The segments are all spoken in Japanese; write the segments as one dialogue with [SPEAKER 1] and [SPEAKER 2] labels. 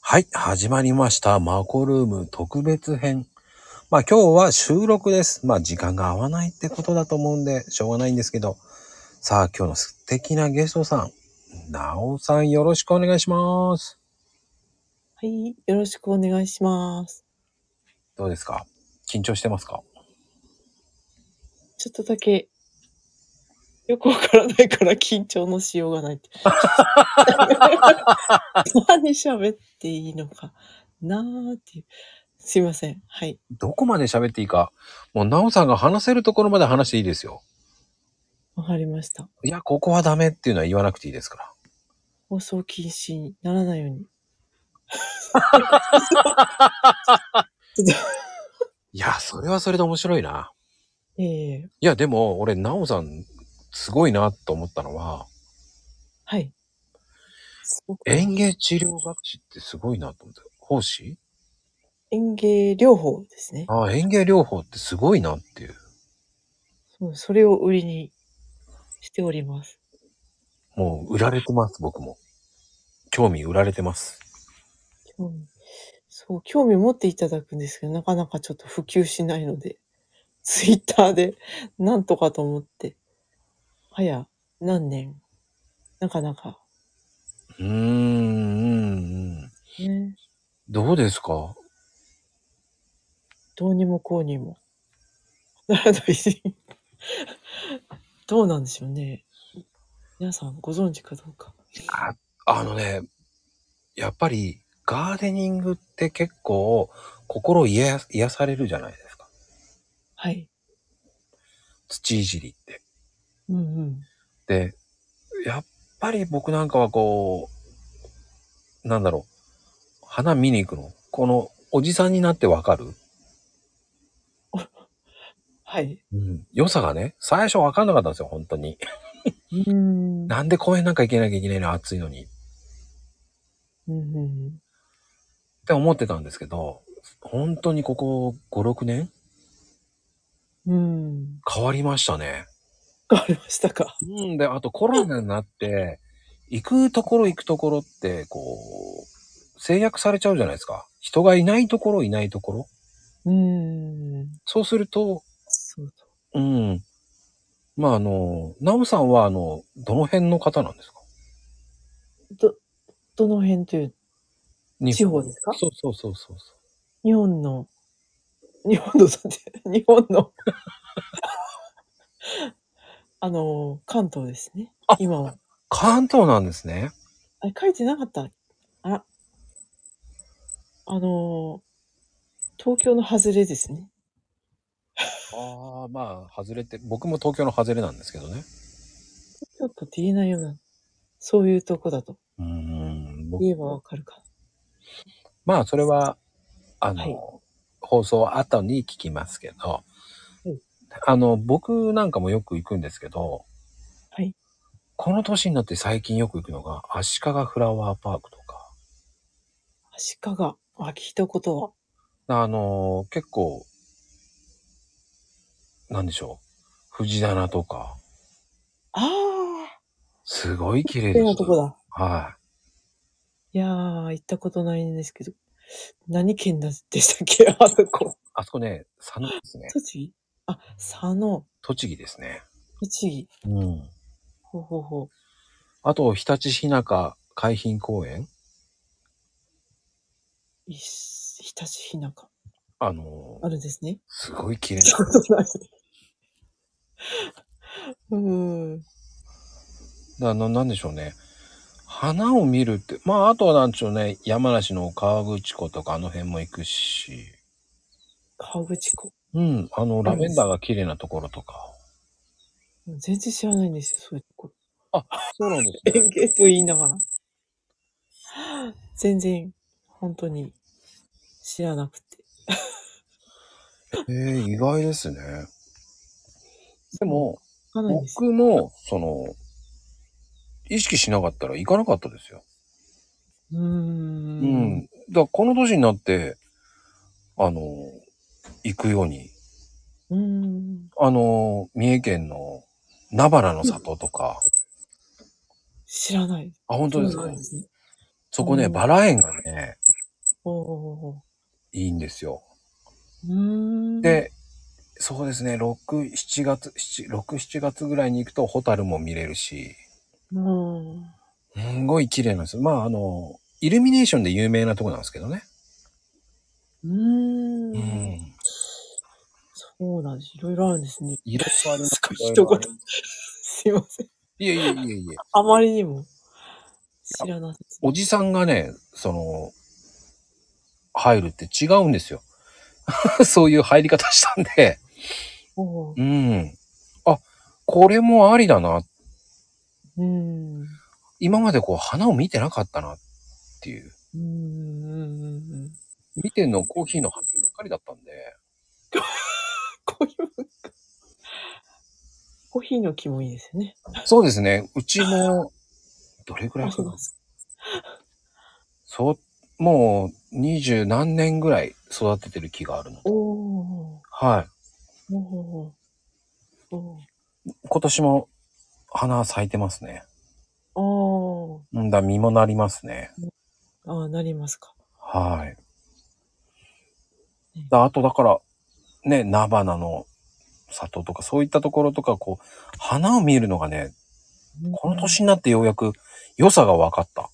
[SPEAKER 1] はい、始まりました。マコルーム特別編。まあ今日は収録です。まあ時間が合わないってことだと思うんで、しょうがないんですけど。さあ今日の素敵なゲストさん、なおさんよろしくお願いします。
[SPEAKER 2] はい、よろしくお願いします。
[SPEAKER 1] どうですか緊張してますか
[SPEAKER 2] ちょっとだけ、よくわからないから緊張のしようがない。 何喋っていいのかなーっていう。すいません。はい。
[SPEAKER 1] どこまで喋っていいか。もう、なおさんが話せるところまで話していいですよ。
[SPEAKER 2] わかりました。
[SPEAKER 1] いや、ここはダメっていうのは言わなくていいですから。
[SPEAKER 2] 放送禁止にならないように。
[SPEAKER 1] いや、それはそれで面白いな。
[SPEAKER 2] ええー、い
[SPEAKER 1] や、でも、俺、なおさん、すごいなと思ったのは、
[SPEAKER 2] はい。
[SPEAKER 1] 園芸治療学士ってすごいなと思った。法師
[SPEAKER 2] 園芸療法ですね。
[SPEAKER 1] ああ、園芸療法ってすごいなっていう。
[SPEAKER 2] そう、それを売りにしております。
[SPEAKER 1] もう売られてます、僕も。興味売られてます。
[SPEAKER 2] 興味。そう、興味持っていただくんですけど、なかなかちょっと普及しないので、 ツイッターでなんとかと思って、はや何年、なかなか。
[SPEAKER 1] うーん、うん
[SPEAKER 2] うん。ね、
[SPEAKER 1] どうですか
[SPEAKER 2] どうにもこうにも。ならないし。 どうなんでしょうね。皆さんご存知かどうか。
[SPEAKER 1] ああのね、やっぱりガーデニングって結構心を癒癒されるじゃないですか。
[SPEAKER 2] はい。
[SPEAKER 1] 土いじりって。
[SPEAKER 2] うんうん。
[SPEAKER 1] で、やっぱり僕なんかはこう、なんだろう。花見に行くの。このおじさんになってわかる
[SPEAKER 2] はい。
[SPEAKER 1] うん。良さがね、最初分かんなかったんですよ、本当に。
[SPEAKER 2] うん。
[SPEAKER 1] なんで公園なんか行けなきゃいけないの、暑いのに。
[SPEAKER 2] うん。
[SPEAKER 1] って思ってたんですけど、本当にここ5、6年
[SPEAKER 2] うん。
[SPEAKER 1] 変わりましたね。
[SPEAKER 2] 変わりましたか。
[SPEAKER 1] うん。で、あとコロナになって、行くところ行くところって、こう、制約されちゃうじゃないですか。人がいないところいないところ。
[SPEAKER 2] うん。
[SPEAKER 1] そうすると、
[SPEAKER 2] そう
[SPEAKER 1] うん。まあ、あの、ナオさんは、あの、どの辺の方なんですか
[SPEAKER 2] ど、どの辺という地方ですか
[SPEAKER 1] そうそうそうそう
[SPEAKER 2] 日本の、日本の、 日本のあの、関東ですね。今は。
[SPEAKER 1] 関東なんですね。
[SPEAKER 2] あ書いてなかったあら。あの、東京の外れですね。
[SPEAKER 1] ああ、まあ、外れて、僕も東京の外れなんですけどね。
[SPEAKER 2] ちょっとって言えないような、そういうとこだと。
[SPEAKER 1] うん、
[SPEAKER 2] 言えばわかるか。
[SPEAKER 1] まあ、それは、あの、はい、放送後に聞きますけど、
[SPEAKER 2] うん、
[SPEAKER 1] あの、僕なんかもよく行くんですけど、
[SPEAKER 2] はい。
[SPEAKER 1] この年になって最近よく行くのが、足利フラワーパークとか。
[SPEAKER 2] 足利あ、聞いたことは。
[SPEAKER 1] あの、結構、なんでしょう。藤棚とか。
[SPEAKER 2] ああ。
[SPEAKER 1] すごい綺麗です。
[SPEAKER 2] なとこだ。。
[SPEAKER 1] はい
[SPEAKER 2] いやー、行ったことないんですけど。何県でしたっけあそこ。
[SPEAKER 1] あそこね、佐野ですね。
[SPEAKER 2] 栃木あ、佐野。
[SPEAKER 1] 栃木ですね。
[SPEAKER 2] 栃
[SPEAKER 1] 木。うん。
[SPEAKER 2] ほうほうほう。
[SPEAKER 1] あと、日立日中海浜公園
[SPEAKER 2] い日立日中。
[SPEAKER 1] あの
[SPEAKER 2] ー、あるんですね。
[SPEAKER 1] すごい綺麗
[SPEAKER 2] な。 うん。
[SPEAKER 1] あの、なんでしょうね。花を見るって、まあ、あとはなんでしょうね。山梨の河口湖とかあの辺も行くし。
[SPEAKER 2] 河口湖
[SPEAKER 1] うん。あの、ラベンダーが綺麗なところとか。
[SPEAKER 2] 全然知らないんですよ、そういうとこ
[SPEAKER 1] ろ。あ、そうなんです
[SPEAKER 2] ね。園芸と言いながら。全然、本当に知らなくて。
[SPEAKER 1] えー、意外ですね。でも、僕も、その、意識しなかったら行かなかったですよ。
[SPEAKER 2] うーん。
[SPEAKER 1] うん。だこの年になって、あの、行くように。
[SPEAKER 2] うん。
[SPEAKER 1] あの、三重県の菜花の里とか。
[SPEAKER 2] 知らない。
[SPEAKER 1] あ、本当ですか、
[SPEAKER 2] ね、
[SPEAKER 1] そこね、バラ園がね、
[SPEAKER 2] おー。
[SPEAKER 1] いいんですよ。
[SPEAKER 2] うーん。、
[SPEAKER 1] で、そうですね、6、7月、7 6、7月ぐらいに行くとホタルも見れるし、
[SPEAKER 2] うん。
[SPEAKER 1] すんごい綺麗なんですよ。まあ、あの、イルミネーションで有名なとこなんですけどね。
[SPEAKER 2] うー。
[SPEAKER 1] うんん。
[SPEAKER 2] そうなんです。いろいろあるんですね。
[SPEAKER 1] いろいろあります
[SPEAKER 2] す。ごい
[SPEAKER 1] いろいろあ
[SPEAKER 2] 一
[SPEAKER 1] り
[SPEAKER 2] 言。すいません。
[SPEAKER 1] いえいえいえいえ。
[SPEAKER 2] あまりにも知らなさすぎ
[SPEAKER 1] おじさんがね、その、入るって違うんですよ。 そういう入り方したんで。
[SPEAKER 2] おー
[SPEAKER 1] うん。あ、これもありだな。
[SPEAKER 2] うん。うん。
[SPEAKER 1] 今までこう花を見てなかったなっていう。
[SPEAKER 2] うん。うん。
[SPEAKER 1] 見てんのコーヒーの花ばっかりだったんで。
[SPEAKER 2] コーヒーもコーヒーの木もいいですよね。
[SPEAKER 1] そうですね。うちも、どれくらい
[SPEAKER 2] あ
[SPEAKER 1] か
[SPEAKER 2] り
[SPEAKER 1] な
[SPEAKER 2] ま。す。
[SPEAKER 1] そう、もう二十何年ぐらい育ててる木があるの。
[SPEAKER 2] おお
[SPEAKER 1] は
[SPEAKER 2] ー。おーお
[SPEAKER 1] い。今年も花咲いてますね。
[SPEAKER 2] ー。おー。
[SPEAKER 1] うんだ、実もなりますね。
[SPEAKER 2] ああ、なりますか。
[SPEAKER 1] はい
[SPEAKER 2] うん。
[SPEAKER 1] だあとだから、ね、菜花の里とかそういったところとか、こう、花を見るのがね、この年になってようやく良さが分かった。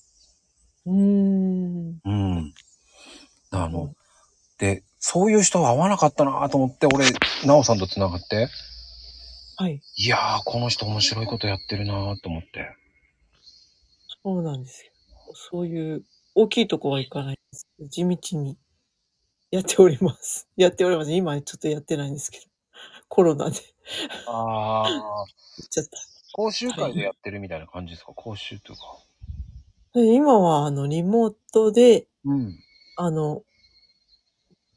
[SPEAKER 2] うーん。
[SPEAKER 1] うん。あの、
[SPEAKER 2] うん
[SPEAKER 1] で、そういう人は合わなかったなと思って、俺、なおさんと繋がって、
[SPEAKER 2] はい。
[SPEAKER 1] いやー、この人面白いことやってるなと思って。
[SPEAKER 2] そうなんですよ。そういう大きいとこはいかないですけど。地道にやっております。 やっております。今ちょっとやってないんですけど。 コロナで
[SPEAKER 1] ああ、
[SPEAKER 2] 行っちゃった。
[SPEAKER 1] 講習会でやってるみたいな感じですか、講習というか。
[SPEAKER 2] で今はあのリモートで、
[SPEAKER 1] うん。
[SPEAKER 2] あの、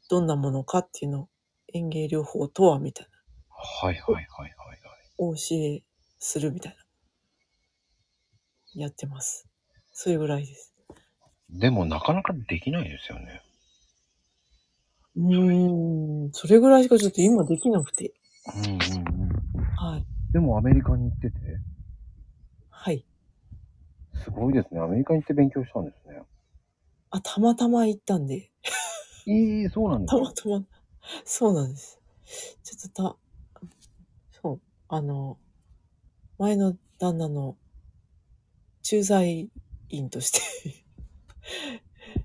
[SPEAKER 2] どんなものかっていうのを園芸療法とはみたいな。
[SPEAKER 1] はいはいはいはい、はい。
[SPEAKER 2] お教えするみたいな。やってます。それぐらいです。
[SPEAKER 1] でもなかなかできないですよね。
[SPEAKER 2] うーん、それぐらいしかちょっと今できなくて。
[SPEAKER 1] うんうんうん。
[SPEAKER 2] はい。
[SPEAKER 1] でもアメリカに行ってて、
[SPEAKER 2] はい。
[SPEAKER 1] すごいですね。アメリカに行って勉強したんですね。
[SPEAKER 2] あ、たまたま行ったんで。
[SPEAKER 1] ええそうなんで
[SPEAKER 2] たますたま、そうなんです。ちょっとた、そう、あの、前の旦那の駐在員として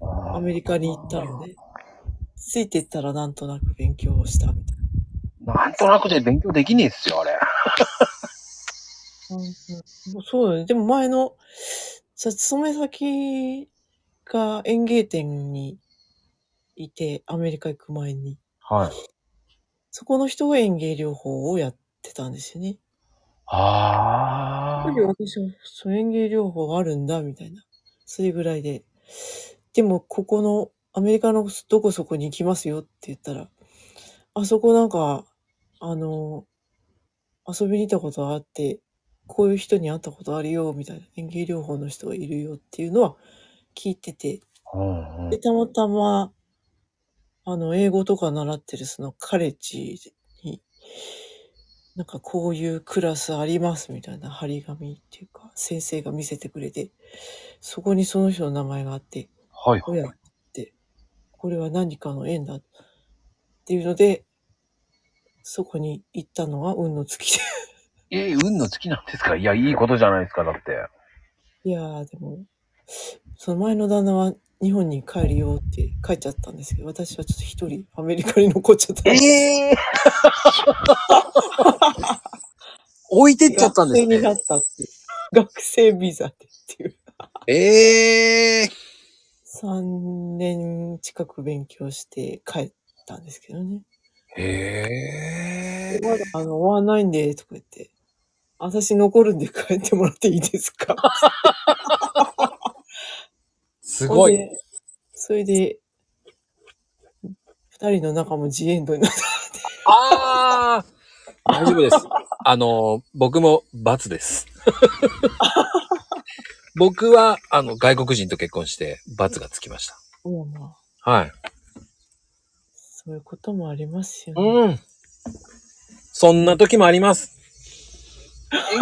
[SPEAKER 1] あ
[SPEAKER 2] アメリカに行ったので、ついてったらなんとなく勉強をしたみたいな。
[SPEAKER 1] ーなんとなくで勉強できねえっすよ、あれ。
[SPEAKER 2] うんうんもうそうだね。でも前の、さ勤め先が園芸店にいて、アメリカ行く前に、
[SPEAKER 1] はい。
[SPEAKER 2] そこの人が園芸療法をやってたんですよね。
[SPEAKER 1] あ
[SPEAKER 2] やっぱり私はそう園芸療法があるんだ、みたいな。それぐらいで。でも、ここの、アメリカのどこそこに行きますよって言ったら、あそこなんか、あの、遊びに行ったことあって、こういう人に会ったことあるよ、みたいな。園芸療法の人がいるよっていうのは聞いてて、
[SPEAKER 1] あ。うんうん
[SPEAKER 2] で、。たまたま、あの、英語とか習ってるそのカレッジに、なんかこういうクラスありますみたいな張り紙っていうか、先生が見せてくれて、そこにその人の名前があって、
[SPEAKER 1] はい
[SPEAKER 2] お
[SPEAKER 1] はい
[SPEAKER 2] やって、これは何かの縁だっていうので、そこに行ったのが運の尽きで。
[SPEAKER 1] ええ運の尽きなんですかいや、いいことじゃないですか、だって。
[SPEAKER 2] いやー、でも、その前の旦那は日本に帰るよって帰っちゃったんですけど、私はちょっと一人アメリカに残っちゃったんです。
[SPEAKER 1] ええ置いてっちゃったんです
[SPEAKER 2] 学生にな
[SPEAKER 1] ね。
[SPEAKER 2] ったっていう。学生ビザでっていう。
[SPEAKER 1] ええ
[SPEAKER 2] 3年近く勉強して帰ったんですけどね。
[SPEAKER 1] ええ
[SPEAKER 2] まだあの、終わんないんで、とか言って。私残るんで帰ってもらっていいですか
[SPEAKER 1] すご
[SPEAKER 2] ほん
[SPEAKER 1] い。
[SPEAKER 2] でそれで、二人の仲もジエンドになった。
[SPEAKER 1] ああ大丈夫です。 あの、僕も罰です。僕は、あの、外国人と結婚して、罰がつきました。
[SPEAKER 2] もうまあ、
[SPEAKER 1] はい。
[SPEAKER 2] そういうこともありますよね。
[SPEAKER 1] うん。そんな時もあります。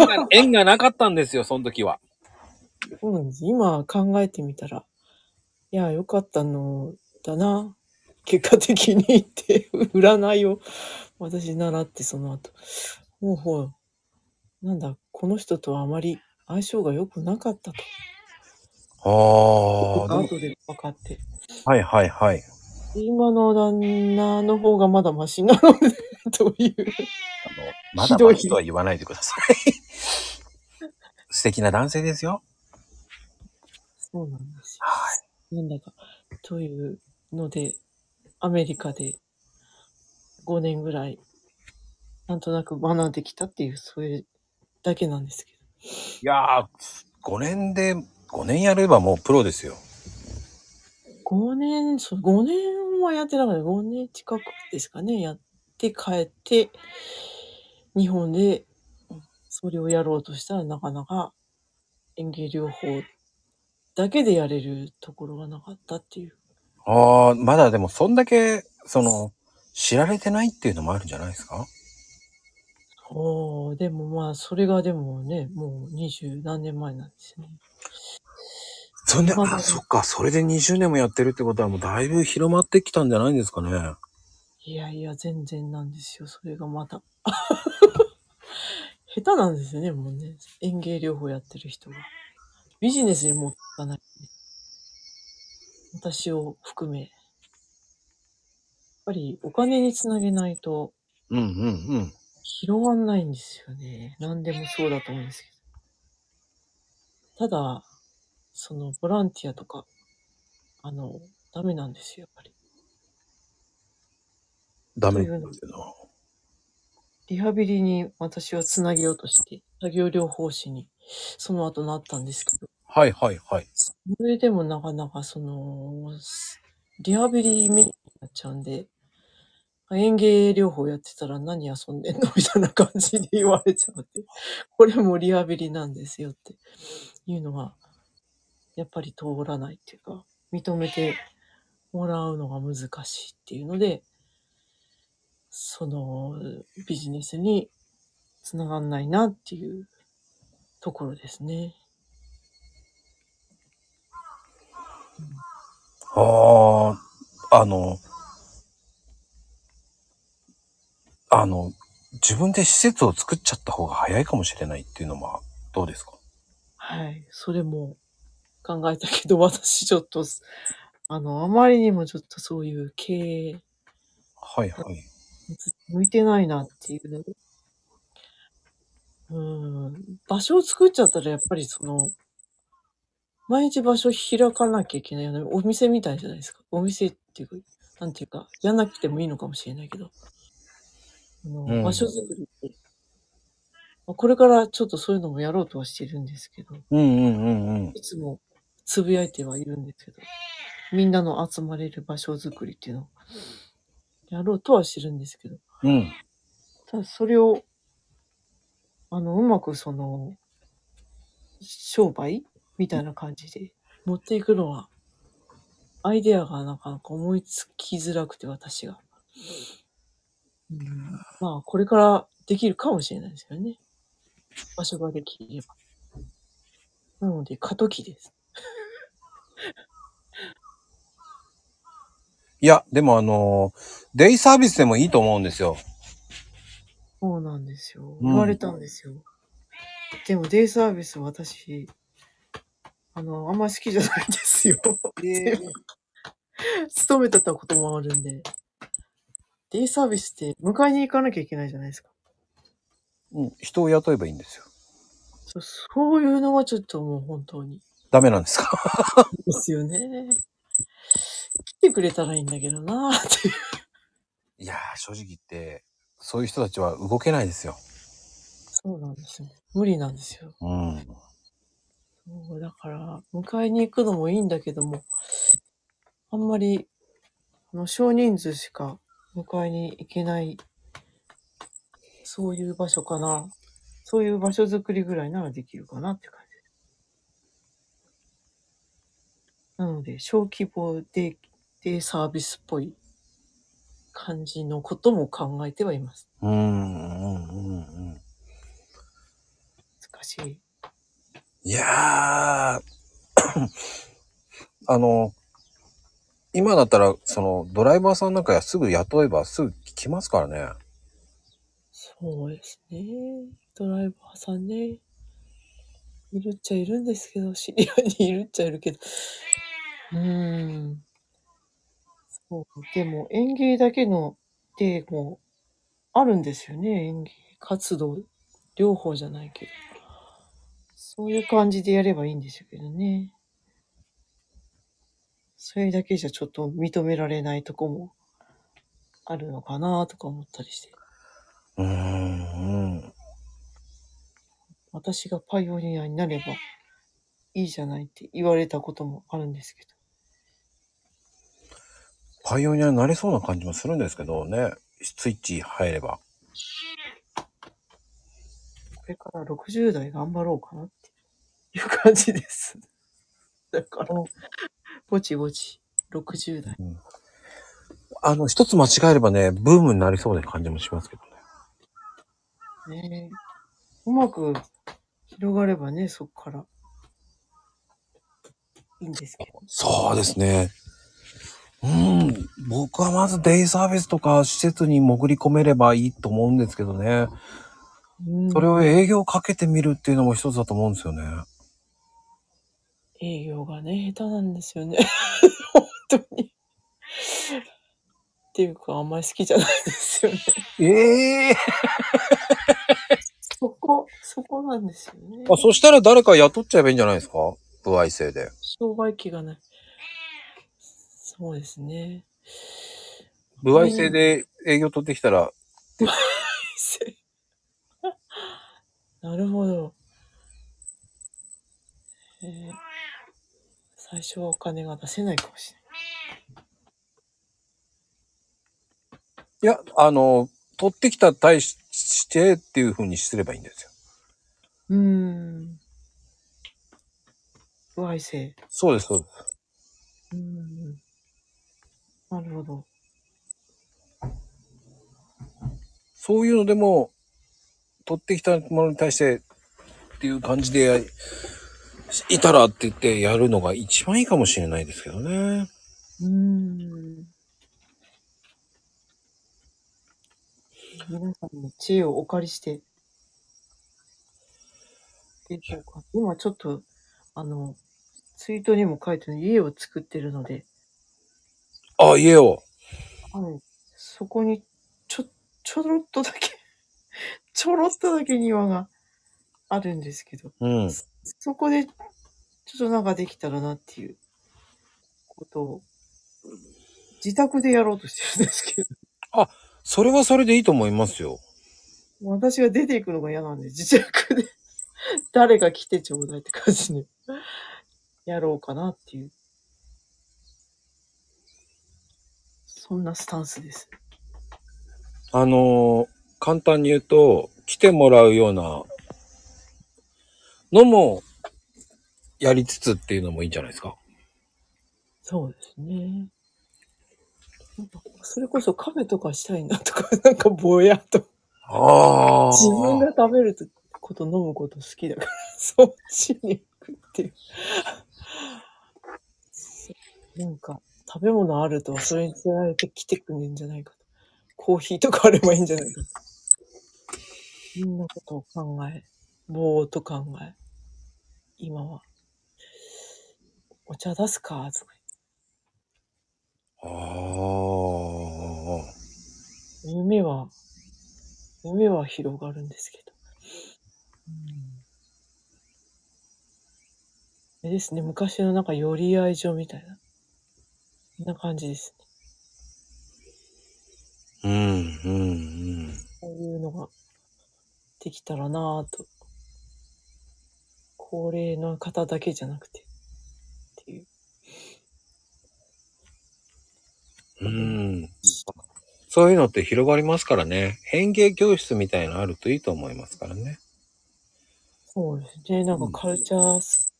[SPEAKER 1] 縁 が、縁がなかったんですよ、その時は。
[SPEAKER 2] そうなんです。今考えてみたら、いや、よかったの、ったな。結果的にって、占いを私習ってその後。ほうほう。なんだ、この人とはあまり相性が良くなかったと。
[SPEAKER 1] ああ、でも
[SPEAKER 2] 後で分かって。
[SPEAKER 1] はいはいはい。
[SPEAKER 2] 今の旦那の方がまだマシなので、 という。
[SPEAKER 1] あの、まだ
[SPEAKER 2] ひど
[SPEAKER 1] ま
[SPEAKER 2] い
[SPEAKER 1] だとは言わないでください。素敵な男性ですよ。
[SPEAKER 2] そうなんです
[SPEAKER 1] は
[SPEAKER 2] よ。なんだか。というので、アメリカで5年ぐらい、なんとなく学んできたっていう、それだけなんですけど。
[SPEAKER 1] い。いやー、5年で、5年やればもうプロですよ。
[SPEAKER 2] 5年、そう、5年はやってなかった。5年近くですかね。やって帰って、日本でそれをやろうとしたらなかなか園芸療法だけでやれるところがなかったっていう。
[SPEAKER 1] ああ、まだでもそんだけ、その、知られてないっていうのもあるんじゃないですか
[SPEAKER 2] おー、でもまあ、それがでもね、もう二十何年前なんですね。
[SPEAKER 1] そんで、
[SPEAKER 2] まだ
[SPEAKER 1] あ、そっか、それで20年もやってるってことはもうだいぶ広まってきたんじゃないんですかね。
[SPEAKER 2] いやいや、全然なんですよ。それがまた。 下手なんですよね、もうね。園芸療法やってる人が。ビジネスにもったいない。私を含め。やっぱりお金につなげないと
[SPEAKER 1] うんうんうん。
[SPEAKER 2] 広がんないんですよね。何でもそうだと思うんですけど。ただ、そのボランティアとか、あの、ダメなんですよ、やっぱり。
[SPEAKER 1] ダメなんですけど。
[SPEAKER 2] リハビリに私はつなげようとして、作業療法士にその後なったんですけど、
[SPEAKER 1] はいはいはい。
[SPEAKER 2] それでもなかなかその、すリハビリメインになっちゃうんで、園芸療法やってたら何遊んでんのみたいな感じで言われちゃって、これもリハビリなんですよっていうのが、やっぱり通らないっていうか、認めてもらうのが難しいっていうので、そのビジネスにつながんないなっていうところですね。
[SPEAKER 1] ああ、あの、あの、自分で施設を作っちゃった方が早いかもしれないっていうのはどうですか
[SPEAKER 2] はい。それも考えたけど、私ちょっと、あの、あまりにもちょっとそういう経営、
[SPEAKER 1] はいはい。
[SPEAKER 2] 向いてないなっていうので。うん。場所を作っちゃったら、やっぱりその、毎日場所開かなきゃいけないよね。お店みたいじゃないですか。お店っていうか、なんていうか、やんなくてもいいのかもしれないけど。あの
[SPEAKER 1] うん
[SPEAKER 2] 場所作りって、まあこれからちょっとそういうのもやろうとはしてるんですけど。
[SPEAKER 1] うんうんうんうん。
[SPEAKER 2] いつもつぶやいてはいるんですけど、みんなの集まれる場所づくりっていうのをやろうとはしてるんですけど、
[SPEAKER 1] うん。
[SPEAKER 2] ただそれを、あの、うまくその、商売みたいな感じで持っていくのは、アイデアがなかなか思いつきづらくて私が。うん、まあ、これからできるかもしれないですよね。場所ができれば。なので、過渡期です。
[SPEAKER 1] いや、でもあの、デイサービスでもいいと思うんですよ。
[SPEAKER 2] そうなんですよ。
[SPEAKER 1] うん
[SPEAKER 2] 言われたんですよ。でもデイサービス私、あの、あんま好きじゃないんですよ。 勤めてたこともあるんで。デイサービスって迎えに行かなきゃいけないじゃないですか。
[SPEAKER 1] うん、人を雇えばいいんですよ。
[SPEAKER 2] そそういうのはちょっともう本当に。
[SPEAKER 1] ダメなんですか
[SPEAKER 2] ですよね。来てくれたらいいんだけどなーっていう。
[SPEAKER 1] いやー、正直言って、そういう人たちは動けないですよ。
[SPEAKER 2] そうなんですね。無理なんですよ。
[SPEAKER 1] うん。
[SPEAKER 2] そうだから、迎えに行くのもいいんだけども、あんまり、あの、少人数しか迎えに行けない、そういう場所かな。そういう場所づくりぐらいならできるかなって感じ。なので、小規模で、でサービスっぽい感じのことも考えてはいます。
[SPEAKER 1] うん、うん、うん、うん。
[SPEAKER 2] 難しい。
[SPEAKER 1] いやー、あの、今だったら、その、ドライバーさんなんかやすぐ雇えばすぐ来ますからね。
[SPEAKER 2] そうですね。ドライバーさんね。いるっちゃいるんですけど、知り合いにいるっちゃいるけど。うーん。そう。でも、園芸だけの手もあるんですよね。園芸活動、両方じゃないけど。そういう感じでやればいいんでしょうけどね。それだけじゃちょっと認められないとこもあるのかなとか思ったりして。
[SPEAKER 1] うーん。うん
[SPEAKER 2] 私がパイオニアになればいいじゃないって言われたこともあるんですけど。
[SPEAKER 1] パイオニアになれそうな感じもするんですけどね。スイッチ入れば。
[SPEAKER 2] これから60代頑張ろうかなっていう感じです。 だから、ぼちぼち、60代。
[SPEAKER 1] あの、一つ間違えればね、ブームになりそうな感じもしますけどね。
[SPEAKER 2] ねうまく広がればね、そこから。いいんですけど。
[SPEAKER 1] そうですね。うん。僕はまずデイサービスとか施設に潜り込めればいいと思うんですけどね。
[SPEAKER 2] うん
[SPEAKER 1] それを営業かけてみるっていうのも一つだと思うんですよね。
[SPEAKER 2] 営業がね、下手なんですよね。 本当に。っていうか、あんまり好きじゃないですよね。
[SPEAKER 1] ええ
[SPEAKER 2] そこ、そこなんですよね。
[SPEAKER 1] あ、そしたら誰か雇っちゃえばいいんじゃないですか不愛生で。
[SPEAKER 2] 障害期がない。そうですね。
[SPEAKER 1] 不愛生で営業取ってきたら、
[SPEAKER 2] なるほど、えー最初はお金が出せないかもし
[SPEAKER 1] いや、あの、取ってきた対ししてっていう風にすればいいんですよ。
[SPEAKER 2] れない。うーん。不愛性。
[SPEAKER 1] そうです、そうです。
[SPEAKER 2] うーん。なるほど。
[SPEAKER 1] そういうのでも、取ってきたものに対してっていう感じで、いたらって言ってやるのが一番いいかもしれないですけどね。
[SPEAKER 2] うーん。皆さんの知恵をお借りして、でしょうか。今ちょっと、あの、ツイートにも書いてる家を作ってるので、
[SPEAKER 1] あ、家を。
[SPEAKER 2] はい。そこに、ちょ、ちょろっとだけ、 ちょろっとだけ庭があるんですけど、
[SPEAKER 1] うん。
[SPEAKER 2] そこで、ちょっとなんかできたらなっていうことを、自宅でやろうとしてるんですけど、
[SPEAKER 1] それはそれでいいと思いますよ。
[SPEAKER 2] もう私が出ていくのが嫌なんで、自宅で、 誰が来てちょうだいって感じで、やろうかなっていう、そんなスタンスです。
[SPEAKER 1] あのー簡単に言うと、来てもらうようなのもやりつつっていうのもいいんじゃないですか。
[SPEAKER 2] そうですね。なんかそれこそカフェとかしたいなとか、なんかぼやっと。
[SPEAKER 1] ああ。
[SPEAKER 2] 自分が食べること、飲むこと好きだから、そっちに行くっていう。なんか、食べ物あると、それにつられて来てくれるんじゃないかと。コーヒーとかあればいいんじゃないかと。そんなことを考え、ぼーっと考え、今は、お茶出すか、とか。
[SPEAKER 1] ああ。
[SPEAKER 2] 夢は、夢は広がるんですけど。あれですね、昔のなんか寄り合い所みたいな。そんな感じですね。
[SPEAKER 1] うん、うん、うん。
[SPEAKER 2] こういうのができたらなぁと。高齢の方だけじゃなくて。っていう。
[SPEAKER 1] うん。そういうのって広がりますからね。園芸教室みたいのあるといいと思いますからね。
[SPEAKER 2] そうですね。なんかカルチャース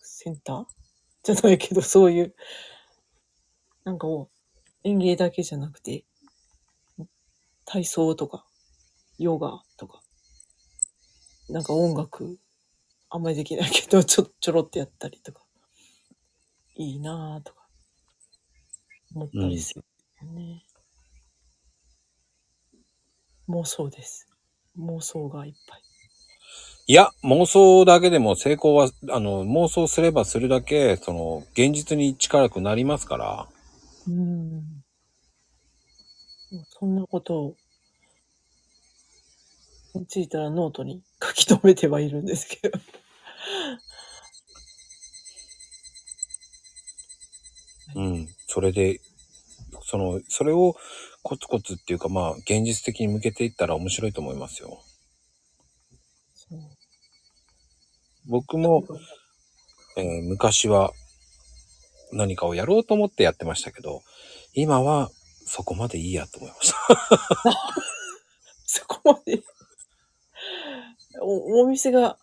[SPEAKER 2] センターじゃないけど、そういう、なんかを園芸だけじゃなくて、体操とか、ヨガとか、なんか音楽、あんまりできないけど、ちょ、ちょろっとやったりとか、いいなぁとか、思ったりするよね。妄想です。妄想がいっぱい。
[SPEAKER 1] いや、妄想だけでも成功は、あの、妄想すればするだけ、その、現実に近くなりますから。
[SPEAKER 2] うん。もうそんなことを、思いついたらノートに書き留めてはいるんですけど。
[SPEAKER 1] うん。それで、その、それをコツコツっていうか、まあ、現実的に向けていったら面白いと思いますよ。
[SPEAKER 2] そう
[SPEAKER 1] 僕も、えー昔は何かをやろうと思ってやってましたけど、今はそこまでいいやと思いました。
[SPEAKER 2] そこまでお。お店が、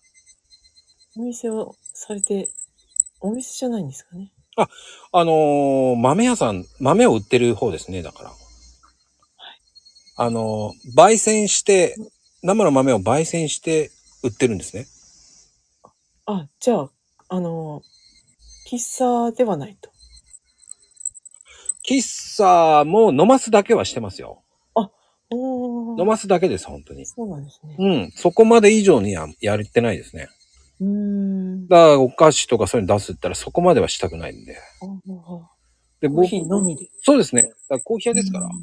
[SPEAKER 2] お店をされて、お店じゃないんですかね。
[SPEAKER 1] あのー豆屋さん、豆を売ってる方ですね、だから。あのー焙煎して、生の豆を焙煎して売ってるんですね。
[SPEAKER 2] あ、じゃあ、あの、喫茶ではないと。
[SPEAKER 1] 喫茶も飲ますだけはしてますよ。
[SPEAKER 2] おー
[SPEAKER 1] 飲ますだけです、本当に。
[SPEAKER 2] そうなんですね。
[SPEAKER 1] うん、そこまで以上にはやれてないですね。
[SPEAKER 2] うーん。
[SPEAKER 1] だからお菓子とかそういうの出すって言ったらそこまではしたくないんで。
[SPEAKER 2] ああ
[SPEAKER 1] で、
[SPEAKER 2] コー
[SPEAKER 1] 僕
[SPEAKER 2] ヒーのみで。
[SPEAKER 1] そうですね。だからコーヒー屋ですから。
[SPEAKER 2] うん
[SPEAKER 1] だか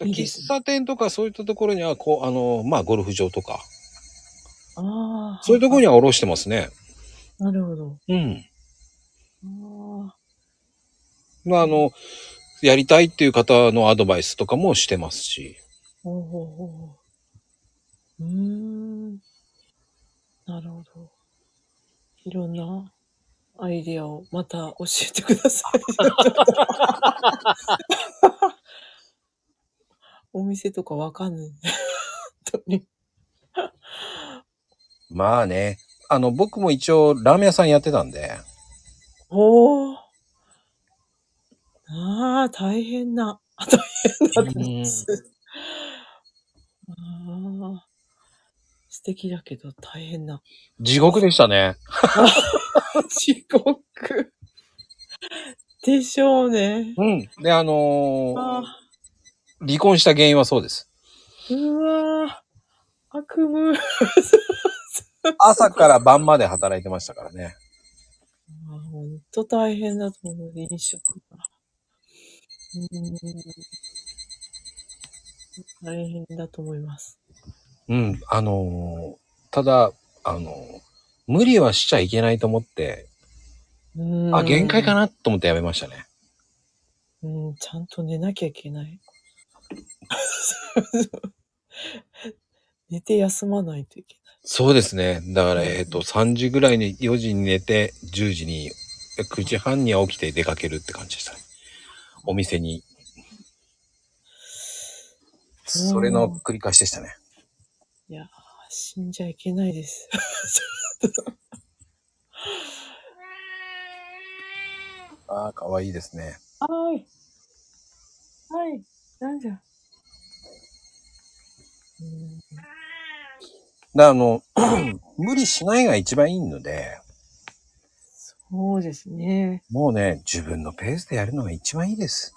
[SPEAKER 1] ら
[SPEAKER 2] いいですね
[SPEAKER 1] 喫茶店とかそういったところには、こう、あの、まあ、ゴルフ場とか、
[SPEAKER 2] ああ。
[SPEAKER 1] そういうところには卸してますね。
[SPEAKER 2] なるほど。
[SPEAKER 1] うん。
[SPEAKER 2] あ
[SPEAKER 1] まあ、あの、やりたいっていう方のアドバイスとかもしてますし。
[SPEAKER 2] あ。おうほうほうほう。うーん。なるほど。いろんなアイディアをまた教えてください。お店とかわかんない。本当に。
[SPEAKER 1] まあね。あの、僕も一応、ラーメン屋さんやってたんで、
[SPEAKER 2] おー。ああ、大変な。あ大変なです。ああ。素敵だけど大変な。
[SPEAKER 1] 地獄でしたね。
[SPEAKER 2] 地獄。でしょうね。
[SPEAKER 1] うん。で、あのー
[SPEAKER 2] あ
[SPEAKER 1] 離婚した原因はそうです。
[SPEAKER 2] ーうわー悪夢。あ
[SPEAKER 1] 朝から晩まで働いてましたからね。
[SPEAKER 2] ーほんと大変だと思う、飲食が。うーん大変だと思います。
[SPEAKER 1] うん。あのーただ、あのー無理はしちゃいけないと思って、あ、限界か
[SPEAKER 2] な。
[SPEAKER 1] なと思ってやめましたね。
[SPEAKER 2] うん、ちゃんと寝なきゃいけない。 寝て休まないといけ
[SPEAKER 1] そうですね。だから、
[SPEAKER 2] うん
[SPEAKER 1] えっ、と、3時ぐらいに、4時に寝て、10時に、え9時半には起きて出かけるって感じでしたね。お店に。それの繰り返しでしたね。
[SPEAKER 2] ない。いやー、死んじゃいけないです。
[SPEAKER 1] ああ、かわいいですね。
[SPEAKER 2] はい。はい。なんじゃ。うん
[SPEAKER 1] だからあの、 無理しないが一番いいので、
[SPEAKER 2] そうですね。
[SPEAKER 1] もうね、自分のペースでやるのが一番いいです。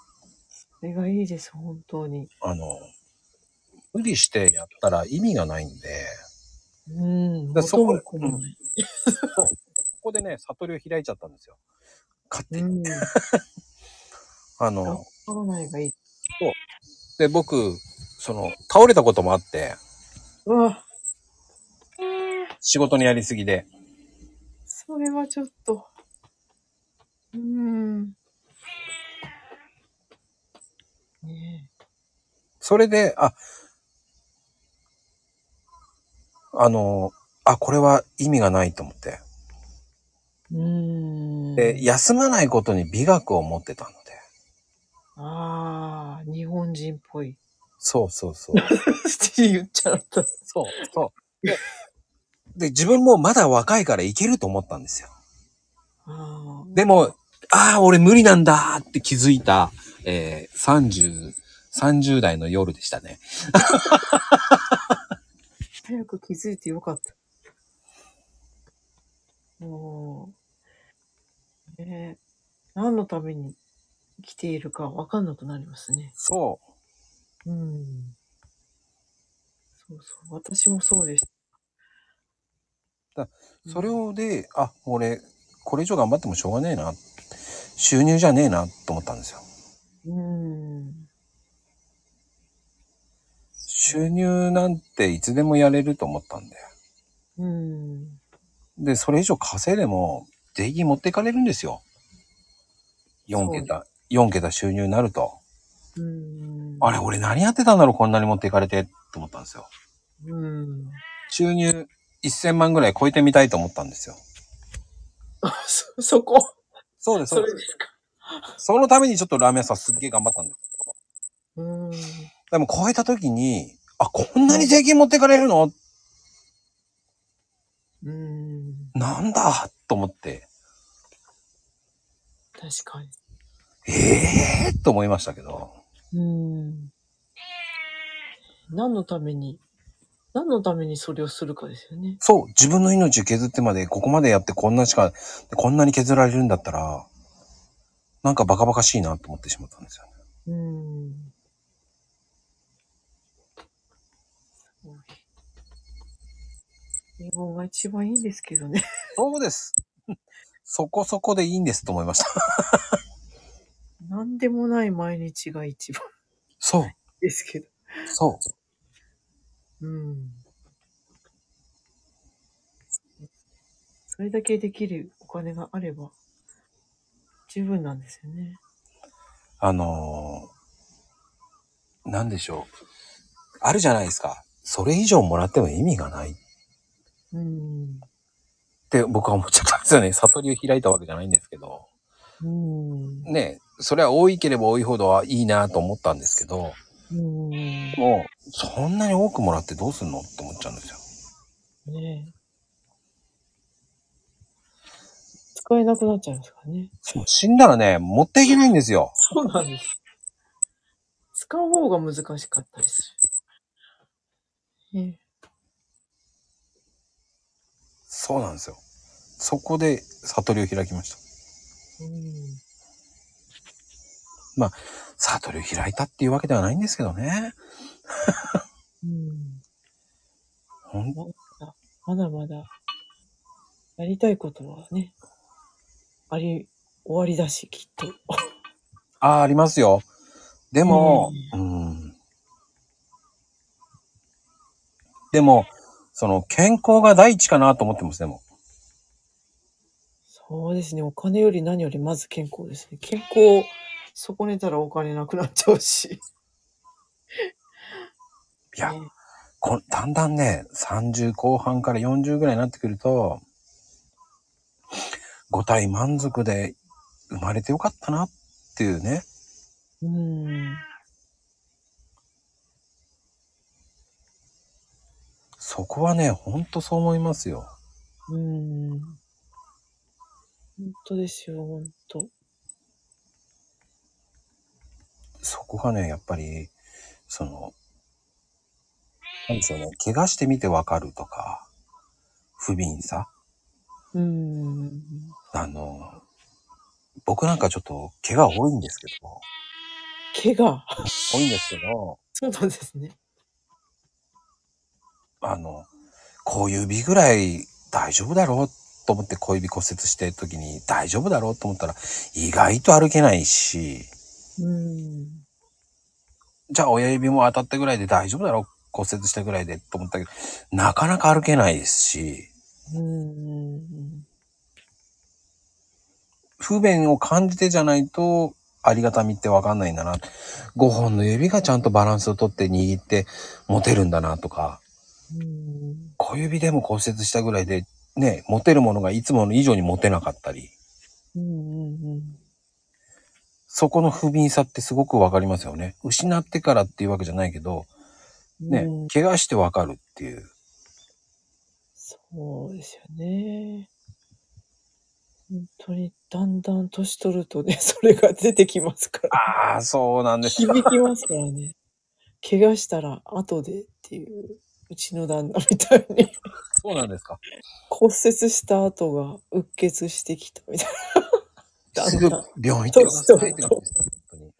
[SPEAKER 2] それがいいです、本当に。
[SPEAKER 1] あの、無理してやったら意味がないんで、
[SPEAKER 2] うん。
[SPEAKER 1] だそこ
[SPEAKER 2] 元も子もない。
[SPEAKER 1] ここでね、悟りを開いちゃったんですよ。勝手
[SPEAKER 2] う
[SPEAKER 1] に。
[SPEAKER 2] ん。
[SPEAKER 1] あの、
[SPEAKER 2] コロナがいい。
[SPEAKER 1] で、僕、その、倒れたこともあって、
[SPEAKER 2] うわ、
[SPEAKER 1] 仕事のやりすぎで。
[SPEAKER 2] それはちょっと。うん。ね
[SPEAKER 1] それで、あ、あの、あ、これは意味がないと思って。
[SPEAKER 2] え。うん。
[SPEAKER 1] で、休まないことに美学を持ってたので。
[SPEAKER 2] ああ、日本人っぽい。
[SPEAKER 1] そうそうそう。
[SPEAKER 2] って言っちゃった。
[SPEAKER 1] そうそう。で、で自分もまだ若いからいけると思ったんですよ。
[SPEAKER 2] あー
[SPEAKER 1] でも、ああ、俺無理なんだーって気づいた、えー、30、30代の夜でしたね。
[SPEAKER 2] 早く気づいてよかった。もう、ねえ、何のために来ているかわかんなくなりますね。
[SPEAKER 1] そ
[SPEAKER 2] うん。そうそう。私もそうです。
[SPEAKER 1] だそれをで、あ、俺、これ以上頑張ってもしょうがねえな。収入じゃねえなと思ったんですよ。
[SPEAKER 2] うん。うん。
[SPEAKER 1] 収入なんていつでもやれると思ったんだよ。
[SPEAKER 2] うん。
[SPEAKER 1] で、それ以上稼いでも、税金持っていかれるんですよ。4桁、4桁収入になると。
[SPEAKER 2] うん。
[SPEAKER 1] あれ、俺何やってたんだろう、こんなに持っていかれてって思ったんですよ。
[SPEAKER 2] うん。
[SPEAKER 1] 収入1000万ぐらい超えてみたいと思ったんですよ。
[SPEAKER 2] あ、そ、 そこ。
[SPEAKER 1] そうです、
[SPEAKER 2] そ
[SPEAKER 1] そ
[SPEAKER 2] れ
[SPEAKER 1] う
[SPEAKER 2] で
[SPEAKER 1] です。
[SPEAKER 2] すか。
[SPEAKER 1] そのためにちょっとラーメン屋さんすっげえ頑張ったんです。
[SPEAKER 2] うん。
[SPEAKER 1] でも超えた時に、あ、こんなに税金持ってかれるの
[SPEAKER 2] うん。
[SPEAKER 1] なんだと思って、
[SPEAKER 2] 確かに。
[SPEAKER 1] ええー、と思いましたけど。
[SPEAKER 2] うん。何のために、何のためにそれをするかですよね。
[SPEAKER 1] そう、自分の命削ってまで、ここまでやってこんなしか、こんなに削られるんだったら、なんかバカバカしいなと思ってしまったんですよね。
[SPEAKER 2] うん。すごい英語が一番いいんですけどね。
[SPEAKER 1] そうです。 そこそこでいいんですと思いました。
[SPEAKER 2] 何でもない毎日が一番
[SPEAKER 1] そう、
[SPEAKER 2] ですけど。
[SPEAKER 1] そう。
[SPEAKER 2] うん。それだけできるお金があれば十分なんですよね。
[SPEAKER 1] あのー、なんでしょう。あるじゃないですか。それ以上もらっても意味がないっ
[SPEAKER 2] うん。
[SPEAKER 1] て僕は思っちゃったんですよね。悟りを開いたわけじゃないんですけど。
[SPEAKER 2] うん。
[SPEAKER 1] ねえそれは多いければ多いほどはいいなと思ったんですけど、
[SPEAKER 2] うん。
[SPEAKER 1] でもう、そんなに多くもらってどうすんのって思っちゃうんですよ。
[SPEAKER 2] ねえ。使えなくなっちゃいますからね。
[SPEAKER 1] もう死んだらね、持っていけないんですよ。
[SPEAKER 2] そうなんです。使う方が難しかったりする。ね
[SPEAKER 1] そうなんですよ。そこで悟りを開きました。
[SPEAKER 2] えう
[SPEAKER 1] 悟りを開いたっていうわけではないんですけどね。
[SPEAKER 2] ん。うん。
[SPEAKER 1] ほん
[SPEAKER 2] まだまだ、やりたいことはね、あり、終わりだし、きっと。
[SPEAKER 1] ああ、ありますよ。でも、う。
[SPEAKER 2] うん
[SPEAKER 1] でも、その、健康が第一かなと思ってます、でも。
[SPEAKER 2] そうですね。お金より何よりまず健康ですね。健康を損ねたらお金なくなっちゃうし。
[SPEAKER 1] いや
[SPEAKER 2] ね、
[SPEAKER 1] こだんだんね、30後半から40ぐらいになってくると、5体満足で生まれてよかったなっていうね。
[SPEAKER 2] うん。
[SPEAKER 1] そこはね、ほんとそう思いますよ。
[SPEAKER 2] うーん。本当ですよ、本当。
[SPEAKER 1] そこがね、やっぱり、その、なんでしょうね、怪我してみてわかるとか、不憫さ。
[SPEAKER 2] うーん。
[SPEAKER 1] あの、僕なんかちょっと怪我多いんですけど、
[SPEAKER 2] 怪我。
[SPEAKER 1] 多いんですけど、
[SPEAKER 2] そうなんですね。
[SPEAKER 1] あの、小指ぐらい大丈夫だろうと思って小指骨折してる時に大丈夫だろうと思ったら意外と歩けないし、
[SPEAKER 2] うーん。
[SPEAKER 1] じゃあ親指も当たったぐらいで大丈夫だろう骨折したぐらいでと思ったけど、なかなか歩けないですし、
[SPEAKER 2] うーん。
[SPEAKER 1] 不便を感じてじゃないと、ありがたみってわかんないんだな。5本の指がちゃんとバランスをとって握って持てるんだなとか、
[SPEAKER 2] うーん。
[SPEAKER 1] 小指でも骨折したぐらいで、ね、持てるものがいつもの以上に持てなかったり、
[SPEAKER 2] うんうんうん。
[SPEAKER 1] そこの不憫さってすごくわかりますよね。失ってからっていうわけじゃないけど、ね、
[SPEAKER 2] うん
[SPEAKER 1] 怪我してわかるっていう。
[SPEAKER 2] そうですよね。本当に、だんだん年取るとね、 それが出てきますから。
[SPEAKER 1] ああ、そうなんですよ。
[SPEAKER 2] 響きますからね。怪我したら後でっていう、うちの旦那みたいに。
[SPEAKER 1] そうなんですか。
[SPEAKER 2] 骨折した跡がうっ血してきたみたいだ
[SPEAKER 1] す
[SPEAKER 2] ん
[SPEAKER 1] ぐ
[SPEAKER 2] だん、
[SPEAKER 1] 病院行ってくださいって感じですよ、本